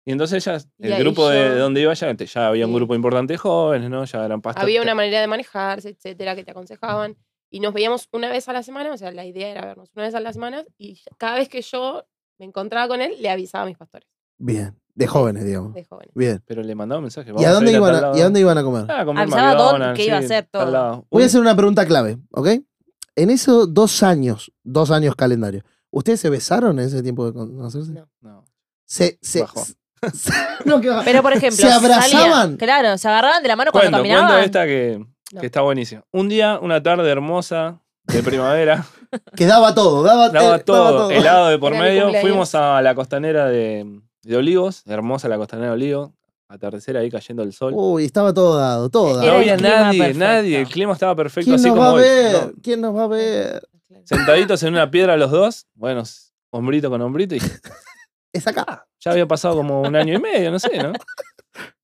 Speaker 4: Y entonces ya,
Speaker 5: Y
Speaker 4: el
Speaker 5: ahí
Speaker 4: grupo
Speaker 5: yo-
Speaker 4: de donde iba ya, este, ya había un
Speaker 5: Sí.
Speaker 4: grupo importante de jóvenes, ¿no? Ya eran pastores.
Speaker 5: Había una manera de manejarse, etcétera, que te aconsejaban. Y nos veíamos una vez a la semana, o sea, la idea era vernos una vez a la semana. Y ya- cada vez que yo me encontraba con él, le avisaba a mis pastores
Speaker 3: Bien, de jóvenes, digamos.
Speaker 5: de jóvenes.
Speaker 3: Bien.
Speaker 4: Pero le mandaba mensajes.
Speaker 3: ¿Y
Speaker 4: "Vamos
Speaker 3: a, dónde
Speaker 4: ir
Speaker 3: iban
Speaker 4: tal
Speaker 3: a,
Speaker 4: lado".
Speaker 3: ¿Y a dónde iban a comer?
Speaker 4: Ah, comer
Speaker 2: Avisaba a Don
Speaker 4: McDonald's,
Speaker 2: que iba a
Speaker 4: sí,
Speaker 2: hacer
Speaker 4: tal
Speaker 2: todo.
Speaker 4: lado.
Speaker 3: Voy a
Speaker 4: Un-
Speaker 3: hacer una pregunta clave, ¿ok? En esos dos años, dos años calendario, ¿ustedes se besaron en ese tiempo de conocerse?
Speaker 5: No.
Speaker 4: No.
Speaker 3: Se, se,
Speaker 4: Bajó.
Speaker 3: se- no, que va.
Speaker 2: Pero por ejemplo.
Speaker 3: ¿Se abrazaban?
Speaker 2: salían- claro, se agarraban de la mano
Speaker 4: Cuento,
Speaker 2: cuando
Speaker 4: cuento
Speaker 2: caminaban.
Speaker 4: esta que,
Speaker 5: No.
Speaker 4: que está buenísima. Un día, una tarde hermosa de primavera,
Speaker 3: que daba todo, daba, eh,
Speaker 4: daba todo, helado de por
Speaker 5: Era mi
Speaker 4: medio.
Speaker 5: cumpleaños.
Speaker 4: Fuimos a la costanera de, de Olivos, hermosa la costanera de Olivos, atardecer ahí cayendo el sol.
Speaker 3: Uy, estaba todo dado, todo
Speaker 4: no
Speaker 2: Era
Speaker 3: dado.
Speaker 2: el
Speaker 4: había
Speaker 2: clima
Speaker 4: nadie,
Speaker 2: perfecto.
Speaker 4: nadie, el clima estaba perfecto,
Speaker 3: ¿Quién
Speaker 4: así
Speaker 3: nos
Speaker 4: como
Speaker 3: va a
Speaker 4: hoy.
Speaker 3: ver?
Speaker 4: No,
Speaker 3: ¿Quién nos va a ver?
Speaker 5: Claro.
Speaker 4: sentaditos en una piedra los dos, bueno, hombrito con hombrito, y
Speaker 3: Es acá.
Speaker 4: ya había pasado como un año y medio, no sé, ¿no?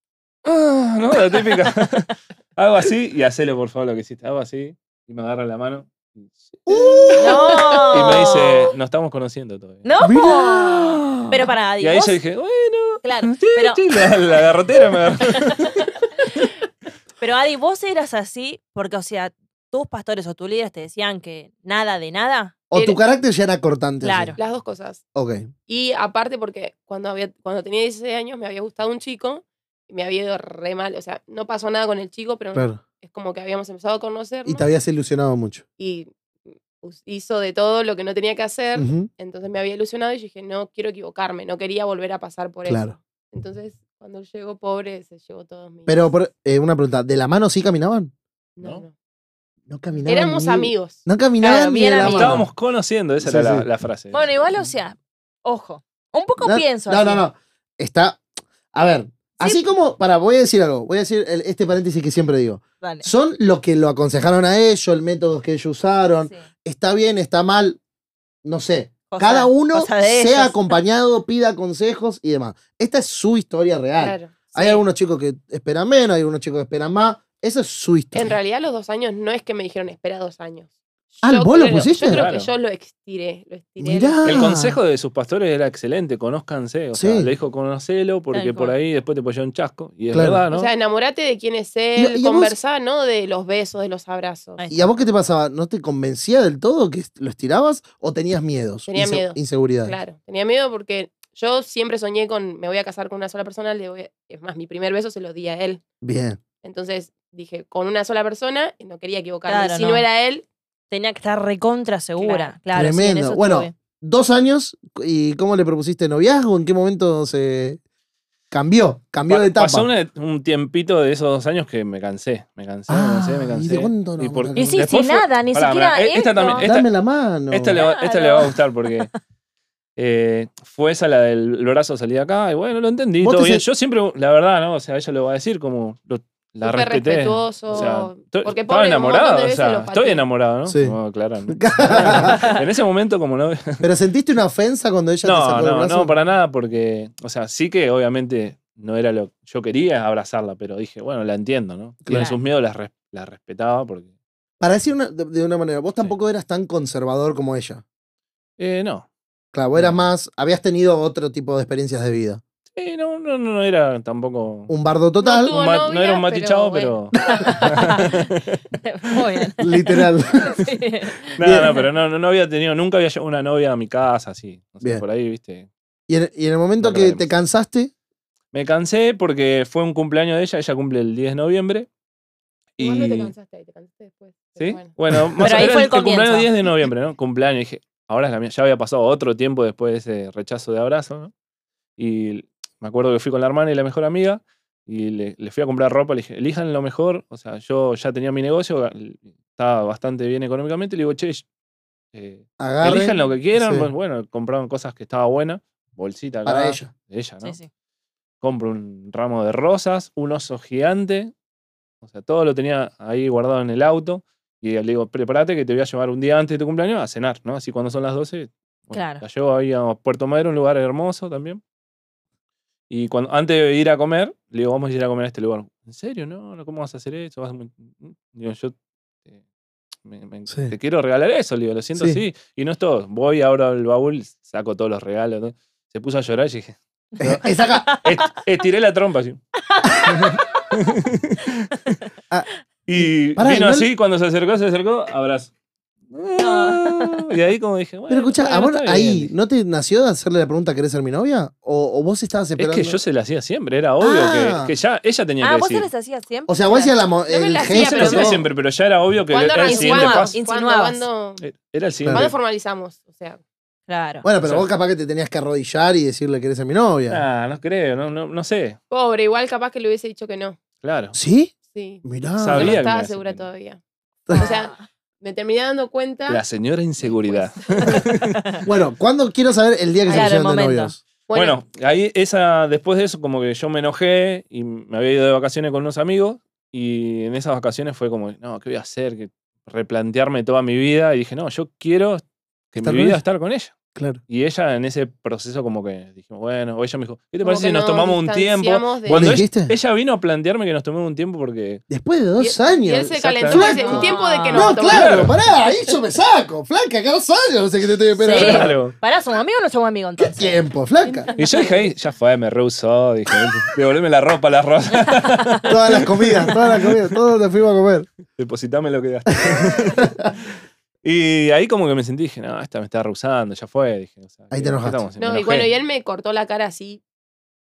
Speaker 4: Ah, ¿no? La típica. Hago así y hacelo, por favor, lo que hiciste. Hago así y me agarra la mano. Y
Speaker 2: No.
Speaker 4: me dice, nos estamos conociendo todavía.
Speaker 2: Oh. No.
Speaker 3: Mirá.
Speaker 2: Pero para
Speaker 4: y ahí
Speaker 2: vos-
Speaker 4: yo dije, bueno,
Speaker 2: Claro,
Speaker 4: sí,
Speaker 2: pero-
Speaker 4: sí, la, la garrotera me agarró.
Speaker 2: Pero Adi, vos eras así porque, o sea, tus pastores o tus líderes te decían que nada de nada.
Speaker 3: O tu
Speaker 5: Era-
Speaker 3: carácter ya era cortante. así.
Speaker 2: Claro.
Speaker 5: Las dos cosas.
Speaker 3: Ok.
Speaker 5: Y aparte porque cuando, había, cuando tenía 16 años me había gustado un chico y me había ido re mal. O sea, no pasó nada con el chico, pero
Speaker 3: Claro.
Speaker 5: es como que habíamos empezado a conocernos
Speaker 3: Y te habías ilusionado mucho.
Speaker 5: y us- hizo de todo lo que no tenía que hacer.
Speaker 3: Ujú,
Speaker 5: Entonces me había ilusionado y yo dije, no quiero equivocarme, no quería volver a pasar por
Speaker 3: Claro.
Speaker 5: eso. Entonces, cuando llegó pobre, se llevó todos mis...
Speaker 3: Pero por- eh, una pregunta, ¿de la mano sí caminaban?
Speaker 5: No,
Speaker 4: ¿no?
Speaker 5: no.
Speaker 3: No caminaban.
Speaker 5: Éramos
Speaker 3: ni-
Speaker 5: amigos.
Speaker 3: No caminaban
Speaker 2: Claro,
Speaker 3: ni
Speaker 2: bien
Speaker 3: de la
Speaker 2: amigos.
Speaker 3: mano.
Speaker 4: Estábamos conociendo, esa
Speaker 3: Sí,
Speaker 4: era la-
Speaker 3: sí.
Speaker 4: La, frase.
Speaker 2: Bueno, igual, o sea, ojo. Un poco
Speaker 3: no,
Speaker 2: pienso.
Speaker 3: No,
Speaker 2: así.
Speaker 3: no, no. Está. A ver, Así como, para, voy a decir algo, voy a decir el- este paréntesis que siempre digo.
Speaker 2: Vale.
Speaker 3: Son los que lo aconsejaron a ellos, el método que ellos usaron.
Speaker 2: Sí.
Speaker 3: Está bien, está mal, no sé.
Speaker 2: Cosa-
Speaker 3: Cada uno
Speaker 2: cosa de
Speaker 3: sea
Speaker 2: ellos.
Speaker 3: acompañado, pida consejos y demás. Esta es su historia real.
Speaker 5: Claro.
Speaker 3: Hay algunos chicos que esperan menos, hay algunos chicos que esperan más. Esa es su historia.
Speaker 5: En realidad los dos años no es que me dijeron espera dos años.
Speaker 3: Ah,
Speaker 5: Yo
Speaker 3: ¿vos lo
Speaker 5: creo-
Speaker 3: pusiste?
Speaker 5: Yo creo
Speaker 4: Claro.
Speaker 5: que yo lo estiré. Lo estiré
Speaker 3: Mirá.
Speaker 4: El
Speaker 3: Ah.
Speaker 4: consejo de sus pastores era excelente, conózcanse. O sea,
Speaker 3: Sí.
Speaker 4: le dijo conocelo porque
Speaker 2: Tal
Speaker 4: por
Speaker 2: cual.
Speaker 4: ahí después te puede llevar un chasco. Y es
Speaker 3: Claro.
Speaker 4: verdad, ¿no?
Speaker 5: O sea, enamorate de quién es
Speaker 3: Y- y a
Speaker 5: él,
Speaker 3: vos-
Speaker 5: conversá, ¿no? De los besos, de los abrazos.
Speaker 2: Ahí
Speaker 3: ¿Y a vos qué te pasaba? ¿No te convencía del todo que lo estirabas o tenías miedos?
Speaker 5: Tenía miedo.
Speaker 3: Inseguridad.
Speaker 5: Claro, tenía miedo porque yo siempre soñé con me voy a casar con una sola persona, le voy a- es más, mi primer beso se lo di a él.
Speaker 3: Bien.
Speaker 5: Entonces dije, con una sola persona, no quería equivocarme.
Speaker 2: Claro,
Speaker 5: si
Speaker 2: no.
Speaker 5: no. era él,
Speaker 2: Tenía que estar recontra segura. Claro,
Speaker 5: Claro.
Speaker 2: sí, en
Speaker 3: Tremendo.
Speaker 2: eso
Speaker 3: Bueno,
Speaker 2: estuve.
Speaker 3: Dos años, ¿y cómo le propusiste noviazgo? ¿En qué momento se cambió? Cambió
Speaker 4: Pa-
Speaker 3: de etapa.
Speaker 4: Pasó una- un tiempito de esos dos años que me cansé. Me cansé, me
Speaker 3: Ah,
Speaker 4: cansé, me
Speaker 3: ¿y
Speaker 4: cansé.
Speaker 3: de cuánto no?
Speaker 4: por-
Speaker 2: Y sí,
Speaker 4: después
Speaker 2: sin
Speaker 4: fue-
Speaker 2: nada, ni
Speaker 4: Pará,
Speaker 2: siquiera
Speaker 4: pará, e- esta
Speaker 2: esto.
Speaker 4: también- esta-
Speaker 3: Dame la mano.
Speaker 4: Esta, le, va- esta le
Speaker 2: Claro.
Speaker 4: va a gustar porque eh, fue esa la del el brazo salí de acá y bueno, lo entendí.
Speaker 3: Vos
Speaker 4: Todo
Speaker 3: te
Speaker 4: bien.
Speaker 3: sen-
Speaker 4: Yo siempre, la verdad, ¿no? O sea, ella lo va a decir como lo- la
Speaker 5: Súper
Speaker 4: respeté.
Speaker 5: respetuoso,
Speaker 4: O sea, to-
Speaker 5: porque
Speaker 4: estaba
Speaker 5: pobre, un montón
Speaker 4: enamorado,
Speaker 5: de
Speaker 4: o
Speaker 5: veces
Speaker 4: sea,
Speaker 5: lo
Speaker 4: estoy
Speaker 5: pateé.
Speaker 4: enamorado, ¿no?
Speaker 3: Sí.
Speaker 4: No, claro. en ese momento, como no.
Speaker 3: ¿Pero sentiste una ofensa cuando ella te
Speaker 4: No,
Speaker 3: sacó el
Speaker 4: no,
Speaker 3: brazo?
Speaker 4: no, para nada, porque, o sea, sí que obviamente no era lo yo quería abrazarla, pero dije, bueno, la entiendo, ¿no? Tiene
Speaker 2: Claro.
Speaker 4: sus miedos, la, res- la respetaba porque.
Speaker 3: Para decir una- de, de una manera, vos tampoco eras tan conservador como ella.
Speaker 4: Eh, no.
Speaker 3: Claro, vos eras
Speaker 4: No.
Speaker 3: más. Habías tenido otro tipo de experiencias de vida.
Speaker 4: Eh, no, no, no, no era tampoco.
Speaker 3: Un bardo total,
Speaker 5: tuvo
Speaker 4: un ma- no
Speaker 5: novia,
Speaker 4: era un
Speaker 5: pero
Speaker 4: matichado, pero.
Speaker 5: bueno.
Speaker 2: Muy bien.
Speaker 3: literal.
Speaker 2: Sí.
Speaker 4: no, no, pero no, no, no había tenido, nunca había llevado una novia a mi casa, así. O sea,
Speaker 3: Bien.
Speaker 4: por ahí, viste.
Speaker 3: Y en, y en el momento
Speaker 4: No
Speaker 3: que
Speaker 4: hablaremos.
Speaker 3: te cansaste,
Speaker 4: Me cansé porque fue un cumpleaños de ella, ella cumple el 10 de noviembre. Y...
Speaker 5: Igual no te cansaste ahí, te cansaste después. pero
Speaker 4: ¿Sí?
Speaker 5: bueno.
Speaker 4: Bueno, más
Speaker 2: Pero
Speaker 4: o
Speaker 2: ahí
Speaker 4: menos
Speaker 2: fue el
Speaker 4: el, cumpleaños
Speaker 2: comienzo.
Speaker 4: 10 de noviembre, ¿no? Cumpleaños. Dije, ahora es la mía. Ya había pasado otro tiempo después de ese rechazo de abrazo, ¿no? Y me acuerdo que fui con la hermana y la mejor amiga y le, le fui a comprar ropa. Le dije, elijan lo mejor. O sea, yo ya tenía mi negocio, estaba bastante bien económicamente. Le digo, che, eh,
Speaker 3: agarren
Speaker 4: elijan lo que quieran.
Speaker 3: sí,
Speaker 4: Pues bueno, compraron cosas que estaba buena. Bolsita acá,
Speaker 3: para ella.
Speaker 4: de ella, ¿no?
Speaker 2: Sí, sí.
Speaker 4: compro un ramo de rosas, un oso gigante. O sea, todo lo tenía ahí guardado en el auto. Y le digo, prepárate que te voy a llevar un día antes de tu cumpleaños a cenar, ¿no? Así cuando son las 12. bueno,
Speaker 2: Claro.
Speaker 4: La llevo ahí a Puerto Madero, un lugar hermoso también. Y cuando, antes de ir a comer, le digo, vamos a ir a comer a este lugar. ¿En serio? No, no, ¿cómo vas a hacer eso? Vas muy- mm, Digo, yo eh, me- me-
Speaker 3: Sí.
Speaker 4: te quiero regalar eso, le digo, lo siento,
Speaker 3: Sí.
Speaker 4: sí. Y no es todo. Voy, abro el baúl, saco todos los regalos. ¿no? Se puso a llorar y dije,
Speaker 3: Es acá.
Speaker 4: Est- estiré la trompa así.
Speaker 3: Ah,
Speaker 4: y
Speaker 3: pará,
Speaker 4: vino
Speaker 3: ¿no le-
Speaker 4: así, cuando se acercó, se acercó, abrazo. Y ahí como dije, bueno.
Speaker 3: Pero escuchá,
Speaker 4: bueno,
Speaker 3: ¿a vos
Speaker 4: está bien.
Speaker 3: ahí no te nació de hacerle la pregunta ¿querés ser mi novia? ¿O, o vos estabas
Speaker 4: Es
Speaker 3: esperando?
Speaker 4: que yo se la hacía siempre, era obvio
Speaker 3: Ah.
Speaker 4: que, que ya ella tenía
Speaker 2: Ah,
Speaker 4: que
Speaker 2: vos se
Speaker 4: decir.
Speaker 2: les hacías siempre.
Speaker 3: O sea, vos hacías la, mo-
Speaker 5: me
Speaker 3: el
Speaker 5: la hacía,
Speaker 3: gesto.
Speaker 4: Se lo hacía
Speaker 5: pero-
Speaker 3: todo.
Speaker 4: siempre, pero ya era obvio que
Speaker 5: ¿Cuándo
Speaker 4: era el siguiente
Speaker 5: arrancamos?
Speaker 4: paso.
Speaker 2: Insinuabas.
Speaker 5: ¿Cuándo, cuándo-
Speaker 4: Era el siguiente
Speaker 5: cuándo
Speaker 4: paso.
Speaker 5: formalizamos? O sea,
Speaker 2: Claro.
Speaker 3: Bueno, pero
Speaker 4: O sea-
Speaker 3: vos capaz que te tenías que arrodillar y decirle ¿querés ser mi novia?
Speaker 4: Ah, no creo, no, no, no sé.
Speaker 5: pobre, igual capaz que le hubiese dicho que no.
Speaker 4: Claro.
Speaker 3: ¿Sí?
Speaker 5: Sí.
Speaker 3: Mirá.
Speaker 5: Yo
Speaker 4: Sabía
Speaker 5: no
Speaker 4: que me iba a
Speaker 5: estaba
Speaker 4: decir
Speaker 5: segura
Speaker 4: que no.
Speaker 5: todavía. O sea, me terminé dando cuenta. pues,
Speaker 4: La señora inseguridad.
Speaker 3: Bueno, ¿cuándo quiero saber el día que
Speaker 2: Claro,
Speaker 3: se
Speaker 2: el
Speaker 3: pusieron de
Speaker 2: momento.
Speaker 3: novios?
Speaker 4: Bueno, ahí esa, después de eso, como que yo me enojé y me había ido de vacaciones con unos amigos. Y en esas vacaciones fue como, no, ¿qué voy a hacer? Que replantearme toda mi vida. Y dije, no, yo quiero que
Speaker 3: Estar
Speaker 4: mi
Speaker 3: con
Speaker 4: vida
Speaker 3: ella.
Speaker 4: estar con ella.
Speaker 3: Claro.
Speaker 4: Y ella en ese proceso como que dijimos, bueno, o ella me dijo, ¿qué te
Speaker 5: Como
Speaker 4: parece
Speaker 5: que
Speaker 4: si nos
Speaker 5: nos
Speaker 4: tomamos un tiempo?
Speaker 5: distanciamos de-
Speaker 4: Cuando
Speaker 3: ¿Le
Speaker 4: ella,
Speaker 3: dijiste?
Speaker 4: ella vino a plantearme que nos tomemos un tiempo porque...
Speaker 3: Después de dos
Speaker 5: Y-
Speaker 3: años.
Speaker 5: Y él se calentó
Speaker 4: Exactamente.
Speaker 5: y dice, un tiempo de que
Speaker 3: No,
Speaker 5: nos
Speaker 2: No,
Speaker 5: tomamos".
Speaker 3: claro, pará, ahí yo me saco. Flaca, acá dos años, no sé qué te estoy esperando.
Speaker 2: Sí.
Speaker 4: Claro.
Speaker 2: ¿Pará, somos amigos o no somos amigos
Speaker 3: ¿Qué
Speaker 2: entonces?
Speaker 3: tiempo, flaca?
Speaker 4: Y yo dije ahí, ya fue, me rehusó, dije, devolveme la ropa, la rosa,
Speaker 3: Todas las comidas, todas las comidas, todo te fuimos a comer.
Speaker 4: depositame lo que gasté. y ahí como que me sentí, dije, no, esta me está rehusando, ya fue, dije. o sea,
Speaker 3: Ahí te
Speaker 4: ¿qué- qué
Speaker 3: enojaste.
Speaker 4: estamos? Me
Speaker 5: No, y
Speaker 4: enojé.
Speaker 5: bueno, y él me cortó la cara así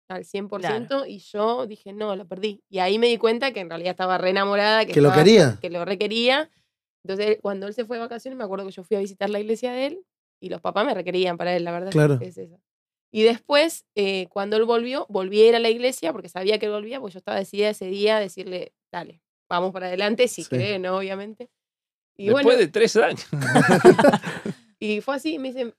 Speaker 5: al 100% y yo dije, no, lo perdí. Y ahí me di cuenta que en realidad estaba re enamorada. Que,
Speaker 3: Que lo
Speaker 5: estaba-
Speaker 3: quería.
Speaker 5: Que lo requería. Entonces, cuando él se fue de vacaciones, me acuerdo que yo fui a visitar la iglesia de él y los papás me requerían para él, la verdad. es que
Speaker 3: Claro.
Speaker 5: es eso. Y después, eh, cuando él volvió, volví a ir a la iglesia porque sabía que él volvía, porque yo estaba decidida ese día a decirle, dale, vamos para adelante, si
Speaker 3: Sí.
Speaker 5: cree, ¿no? Obviamente. Y
Speaker 4: Después
Speaker 5: bueno,
Speaker 4: de tres años.
Speaker 5: y fue así, me dicen,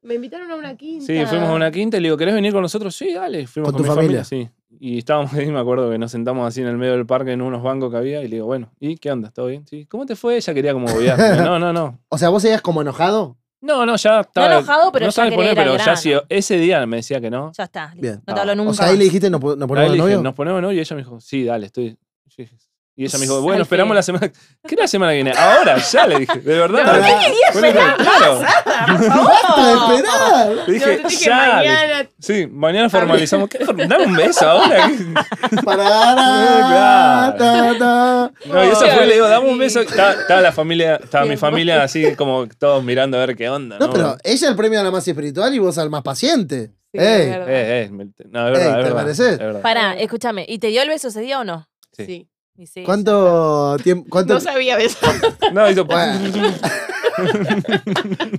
Speaker 5: me invitaron a una quinta.
Speaker 4: Sí, fuimos a una quinta y le digo, ¿querés venir con nosotros? Sí, dale. Fuimos
Speaker 3: Con
Speaker 4: con,
Speaker 3: tu
Speaker 4: mi familia.
Speaker 3: familia.
Speaker 4: sí. Y estábamos ahí, me acuerdo que nos sentamos así en el medio del parque en unos bancos que había y le digo, bueno, ¿y qué onda? ¿Todo bien? Sí. ¿Cómo te fue? Ella quería como obviar. No, no, no.
Speaker 3: O sea, vos seguías como enojado.
Speaker 4: No, no, ya estaba.
Speaker 2: enojado, pero
Speaker 4: no
Speaker 2: ya
Speaker 4: sabe
Speaker 2: quería
Speaker 4: poner,
Speaker 2: ir al
Speaker 4: pero ya
Speaker 2: grano.
Speaker 4: si ese día me decía que no.
Speaker 2: Ya está. listo.
Speaker 3: Bien. Ah,
Speaker 2: No te hablo nunca.
Speaker 3: O sea, ahí le dijiste, ¿nos po- nos ponemos
Speaker 4: Ahí
Speaker 3: de
Speaker 4: le dije,
Speaker 3: novio?
Speaker 4: nos ponemos novio y ella me dijo, sí, dale, estoy. yo dije, Y ella me dijo,
Speaker 2: Ay,
Speaker 4: bueno, esperamos
Speaker 2: Fede.
Speaker 4: la semana. ¿Qué la semana que viene? Ahora, ya le dije, de verdad.
Speaker 3: No, ¿qué
Speaker 2: querías
Speaker 4: Bueno,
Speaker 2: esperar?
Speaker 4: Claro.
Speaker 2: por
Speaker 3: ¡Basta de
Speaker 2: favor.
Speaker 3: esperar!
Speaker 4: Le dije,
Speaker 5: Yo te dije,
Speaker 4: ya. le-
Speaker 5: mañana.
Speaker 4: Sí, mañana formalizamos. ¿Qué? form- Dame un beso ahora.
Speaker 3: Pará, ta, ta.
Speaker 4: No, y eso
Speaker 5: Ay,
Speaker 4: fue, le digo, dame un
Speaker 5: sí.
Speaker 4: beso. Estaba, estaba la familia, estaba mi
Speaker 2: Bien.
Speaker 4: familia así como todos mirando a ver qué onda. No,
Speaker 3: No, pero ella el premio a la más espiritual y vos al más paciente.
Speaker 5: Sí,
Speaker 3: Ey,
Speaker 5: es verdad.
Speaker 4: Eh, eh, me- no, es verdad,
Speaker 3: Ey,
Speaker 4: es
Speaker 3: ¿te
Speaker 4: verdad,
Speaker 3: parece?
Speaker 4: es verdad.
Speaker 2: Pará, escúchame. ¿Y te dio el beso ese día o no?
Speaker 4: Sí.
Speaker 5: Sí.
Speaker 2: Y sí,
Speaker 3: ¿Cuánto tiempo? Cuánto...
Speaker 5: No sabía besar.
Speaker 4: No, hizo-
Speaker 3: Bueno.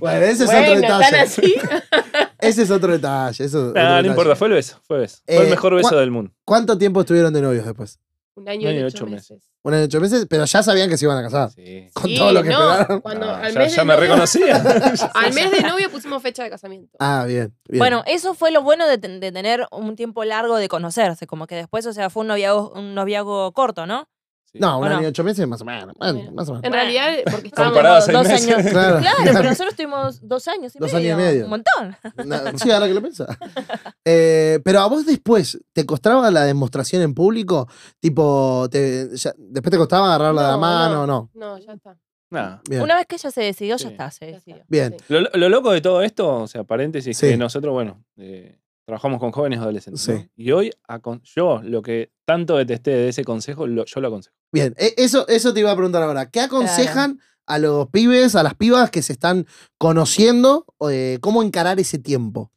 Speaker 3: Bueno, ese es otro
Speaker 5: Bueno, tan
Speaker 3: detalle.
Speaker 5: así.
Speaker 3: Ese es otro detalle. eso es otro
Speaker 4: Nah, no
Speaker 3: detalle.
Speaker 4: importa, fue el beso, fue el beso. Fue el
Speaker 3: Eh,
Speaker 4: mejor beso
Speaker 3: ¿cuá-
Speaker 4: del mundo.
Speaker 3: ¿Cuánto tiempo estuvieron de novios después?
Speaker 5: Un año y ocho meses.
Speaker 3: Un año y ocho meses, pero ya sabían que se iban a casar.
Speaker 4: Sí.
Speaker 3: Con
Speaker 5: Sí,
Speaker 3: todo lo que
Speaker 5: no,
Speaker 3: esperaron.
Speaker 5: Cuando,
Speaker 4: Ah,
Speaker 5: al
Speaker 4: ya,
Speaker 5: mes
Speaker 4: ya
Speaker 5: de
Speaker 4: me
Speaker 5: novio-
Speaker 4: reconocía.
Speaker 5: Al mes de novio pusimos fecha de casamiento.
Speaker 3: Ah, bien. bien.
Speaker 2: Bueno, eso fue lo bueno de, ten- de tener un tiempo largo de conocerse, como que después, o sea, fue un noviago, un noviago corto, ¿no?
Speaker 3: no, un
Speaker 2: bueno.
Speaker 3: año y ocho meses más o menos. bueno, más o menos.
Speaker 5: En realidad, porque estábamos.
Speaker 4: Comparado a
Speaker 2: dos-
Speaker 4: seis
Speaker 2: dos años.
Speaker 4: meses.
Speaker 3: Claro.
Speaker 2: Claro, pero nosotros estuvimos dos años y
Speaker 3: Dos
Speaker 2: medio.
Speaker 3: años y medio.
Speaker 2: Un montón.
Speaker 3: No, sí, ahora que lo pensás. Eh, pero a vos después, ¿te costaba la demostración en público? Tipo, te- ya- después te costaba agarrarla de la
Speaker 5: No,
Speaker 3: mano o no.
Speaker 5: No, ya está.
Speaker 4: Nah.
Speaker 3: Bien.
Speaker 2: Una vez que ella se decidió, ya
Speaker 4: Sí.
Speaker 2: está, se
Speaker 5: ya está,
Speaker 2: decidió.
Speaker 3: Bien.
Speaker 5: sí.
Speaker 4: Lo, lo loco de todo esto, o sea, paréntesis,
Speaker 3: Sí.
Speaker 4: que nosotros, bueno, eh, trabajamos con jóvenes adolescentes.
Speaker 3: Sí.
Speaker 4: ¿no? Y hoy, acon- yo, lo que tanto detesté de ese consejo, lo- yo lo aconsejo.
Speaker 3: Bien, E- eso, eso te iba a preguntar ahora. ¿Qué aconsejan a los pibes, a las pibas que se están conociendo? eh, ¿Cómo encarar ese tiempo?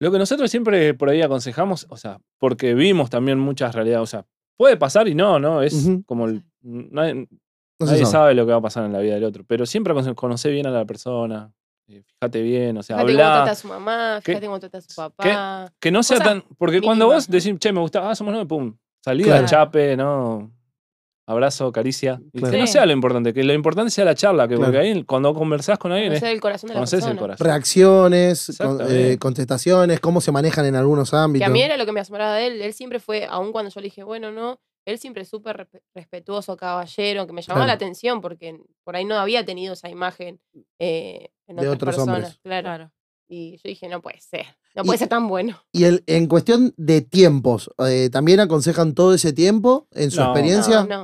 Speaker 4: Lo que nosotros siempre por ahí aconsejamos, o sea, porque vimos también muchas realidades, o sea, puede pasar y no, ¿no? Es
Speaker 3: Ujú.
Speaker 4: como el- nadie,
Speaker 3: No se
Speaker 4: nadie
Speaker 3: sabe.
Speaker 4: sabe lo que va a pasar en la vida del otro, pero siempre aconse- conoce bien a la persona, eh, fíjate bien, o sea,
Speaker 5: Fíjate cómo trata
Speaker 4: habla,
Speaker 5: a su mamá,
Speaker 4: ¿Qué?
Speaker 5: fíjate cómo trata a su papá.
Speaker 4: que no sea
Speaker 5: cosas
Speaker 4: tan, porque cuando
Speaker 5: mínimas,
Speaker 4: vos
Speaker 5: ¿no?
Speaker 4: decís, che, me gusta, ah, somos nueve, pum, salida,
Speaker 3: Claro.
Speaker 4: chape, no, abrazo, caricia, y
Speaker 3: Claro.
Speaker 4: que no
Speaker 2: Sí.
Speaker 4: sea lo importante, que lo importante sea la charla, que porque
Speaker 3: Claro.
Speaker 4: ahí cuando conversás con alguien,
Speaker 5: Conocer el corazón de la
Speaker 4: conoces
Speaker 5: persona.
Speaker 4: el corazón.
Speaker 3: Reacciones, con-
Speaker 4: Exactamente.
Speaker 3: eh, contestaciones, cómo se manejan en algunos
Speaker 5: Que
Speaker 3: ámbitos.
Speaker 5: a mí era lo que me asombraba de él. Él siempre fue, aun cuando yo le dije, bueno, no, él siempre es súper respe- respetuoso, caballero, que me llamaba
Speaker 3: Claro.
Speaker 5: la atención porque por ahí no había tenido esa imagen eh, en
Speaker 3: De
Speaker 5: otras
Speaker 3: otros
Speaker 5: personas.
Speaker 3: hombres.
Speaker 5: Claro.
Speaker 2: Claro.
Speaker 5: Y yo dije, no puede ser. No
Speaker 3: Y-
Speaker 5: puede ser tan bueno.
Speaker 3: Y el- en cuestión de tiempos, eh, ¿también aconsejan todo ese tiempo en su
Speaker 4: No.
Speaker 3: experiencia?
Speaker 5: No, no.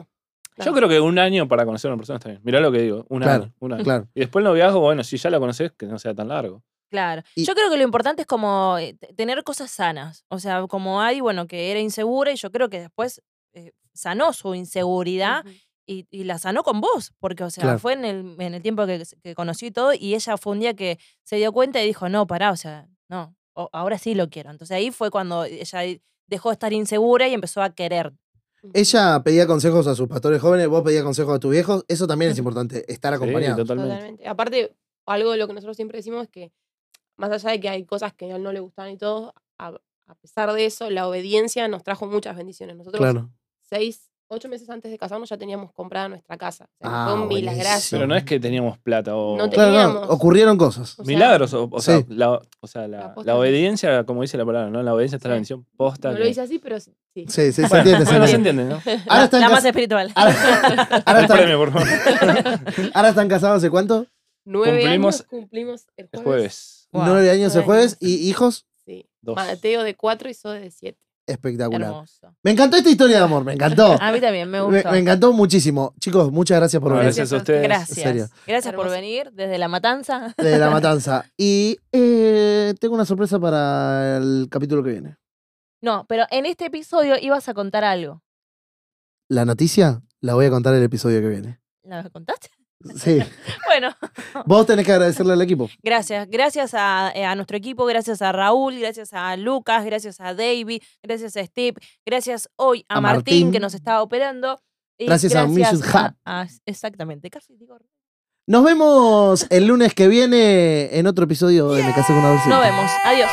Speaker 5: no.
Speaker 4: Yo creo que un año para conocer a una persona está bien. Mirá lo que digo, un
Speaker 3: Claro,
Speaker 4: año. Un año.
Speaker 3: Claro.
Speaker 4: Y después el noviazgo, bueno, si ya la conoces, que no sea tan largo.
Speaker 2: Claro.
Speaker 3: Y-
Speaker 2: Yo creo que lo importante es como eh, t- tener cosas sanas. O sea, como Ari, bueno, que era insegura y yo creo que después eh, sanó su inseguridad
Speaker 5: Ujú.
Speaker 2: y, y la sanó con vos, porque, o sea,
Speaker 3: Claro.
Speaker 2: fue en el, en el tiempo que, que conocí y todo, y ella fue un día que se dio cuenta y dijo, no, pará, o sea, no, o- ahora sí lo quiero. Entonces ahí fue cuando ella dejó de estar insegura y empezó a querer.
Speaker 3: Ella pedía consejos a sus pastores jóvenes, vos pedías consejos a tus viejos. Eso también es importante, estar
Speaker 4: Sí,
Speaker 3: acompañado.
Speaker 4: totalmente.
Speaker 5: Totalmente. Aparte, algo de lo que nosotros siempre decimos es que, más allá de que hay cosas que a él no le gustaban y todo, a, a pesar de eso, la obediencia nos trajo muchas bendiciones. Nosotros,
Speaker 3: Claro.
Speaker 5: seis, ocho meses antes de casarnos, ya teníamos comprada nuestra casa. O sea,
Speaker 3: Ah,
Speaker 5: fue un milagrazo.
Speaker 4: Pero no es que teníamos plata o.
Speaker 5: No
Speaker 3: Claro, claro,
Speaker 5: Teníamos-
Speaker 3: ocurrieron cosas.
Speaker 5: O sea,
Speaker 4: Milagros, o, o
Speaker 3: Sí.
Speaker 4: sea, la, o sea, la-
Speaker 5: La
Speaker 4: la,
Speaker 5: posta.
Speaker 4: obediencia, como dice la palabra, ¿no? La obediencia está la
Speaker 5: Sí.
Speaker 4: bendición posta.
Speaker 5: no
Speaker 4: que-
Speaker 5: lo hice así, pero sí. sí.
Speaker 3: Sí, sí, se entiende. se
Speaker 4: Bueno, se
Speaker 3: entiende.
Speaker 4: entiende, ¿no?
Speaker 3: Ahora
Speaker 2: La-
Speaker 3: están
Speaker 2: la
Speaker 3: cas-
Speaker 2: más espiritual.
Speaker 3: Ah, ahora- ahora
Speaker 4: Un
Speaker 3: están-
Speaker 4: premio, por favor.
Speaker 3: ahora están casados hace cuánto?
Speaker 5: Nueve
Speaker 4: Cumplimos-
Speaker 5: años cumplimos el
Speaker 4: El
Speaker 5: jueves.
Speaker 4: jueves.
Speaker 2: Guau,
Speaker 3: Nueve años el
Speaker 5: nueve
Speaker 3: jueves
Speaker 5: años.
Speaker 3: y hijos,
Speaker 5: Sí.
Speaker 4: Dos.
Speaker 5: Mateo de cuatro y Zoe de siete.
Speaker 3: espectacular.
Speaker 2: Hermoso.
Speaker 3: Me encantó esta historia de amor, me encantó.
Speaker 2: A mí también me
Speaker 3: me,
Speaker 2: gustó.
Speaker 3: me encantó muchísimo. Chicos, muchas gracias por
Speaker 4: No,
Speaker 3: venir.
Speaker 4: gracias a ustedes.
Speaker 3: En
Speaker 2: Gracias.
Speaker 3: serio.
Speaker 2: Gracias por
Speaker 5: Hermoso.
Speaker 2: venir desde La Matanza.
Speaker 3: este De la matanza. Y eh, tengo una sorpresa para el capítulo que viene.
Speaker 2: No, pero en este episodio ibas a contar algo.
Speaker 3: La noticia la voy a contar el episodio que viene.
Speaker 2: ¿La contaste?
Speaker 3: Sí.
Speaker 2: Bueno,
Speaker 3: Vos tenés que agradecerle al equipo.
Speaker 2: gracias. Gracias a, eh, a nuestro equipo, gracias a Raúl, gracias a Lucas, gracias a David, gracias a Steve, gracias hoy a,
Speaker 3: A
Speaker 2: Martín,
Speaker 3: Martín.
Speaker 2: que nos está operando. y
Speaker 3: Gracias a Mission Hub.
Speaker 2: a- Exactamente, casi digo.
Speaker 3: Nos vemos el lunes que viene en otro episodio de Me Casé con una Adolescente.
Speaker 2: Nos vemos, adiós.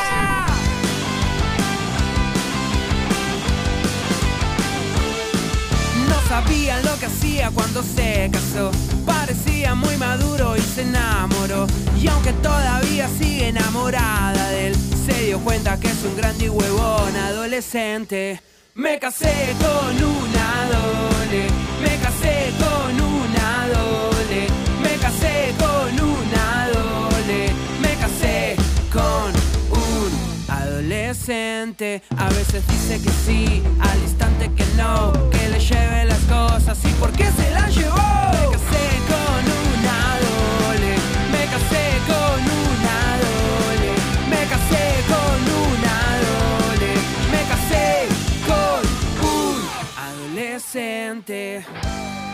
Speaker 1: No sabía sabían lo que hacía cuando se casó. Parecía muy maduro y se enamoró. Y aunque todavía sigue enamorada de él, se dio cuenta que es un grande y huevón adolescente. Me casé con una dole, me casé con una dole, me casé con una dole, me casé con un adolescente. A veces dice que sí, al instante que no, que le lleve las cosas y por qué se las llevó. Me casé con una dole, me casé con una dole, me casé con una dole, me casé con un adolescente.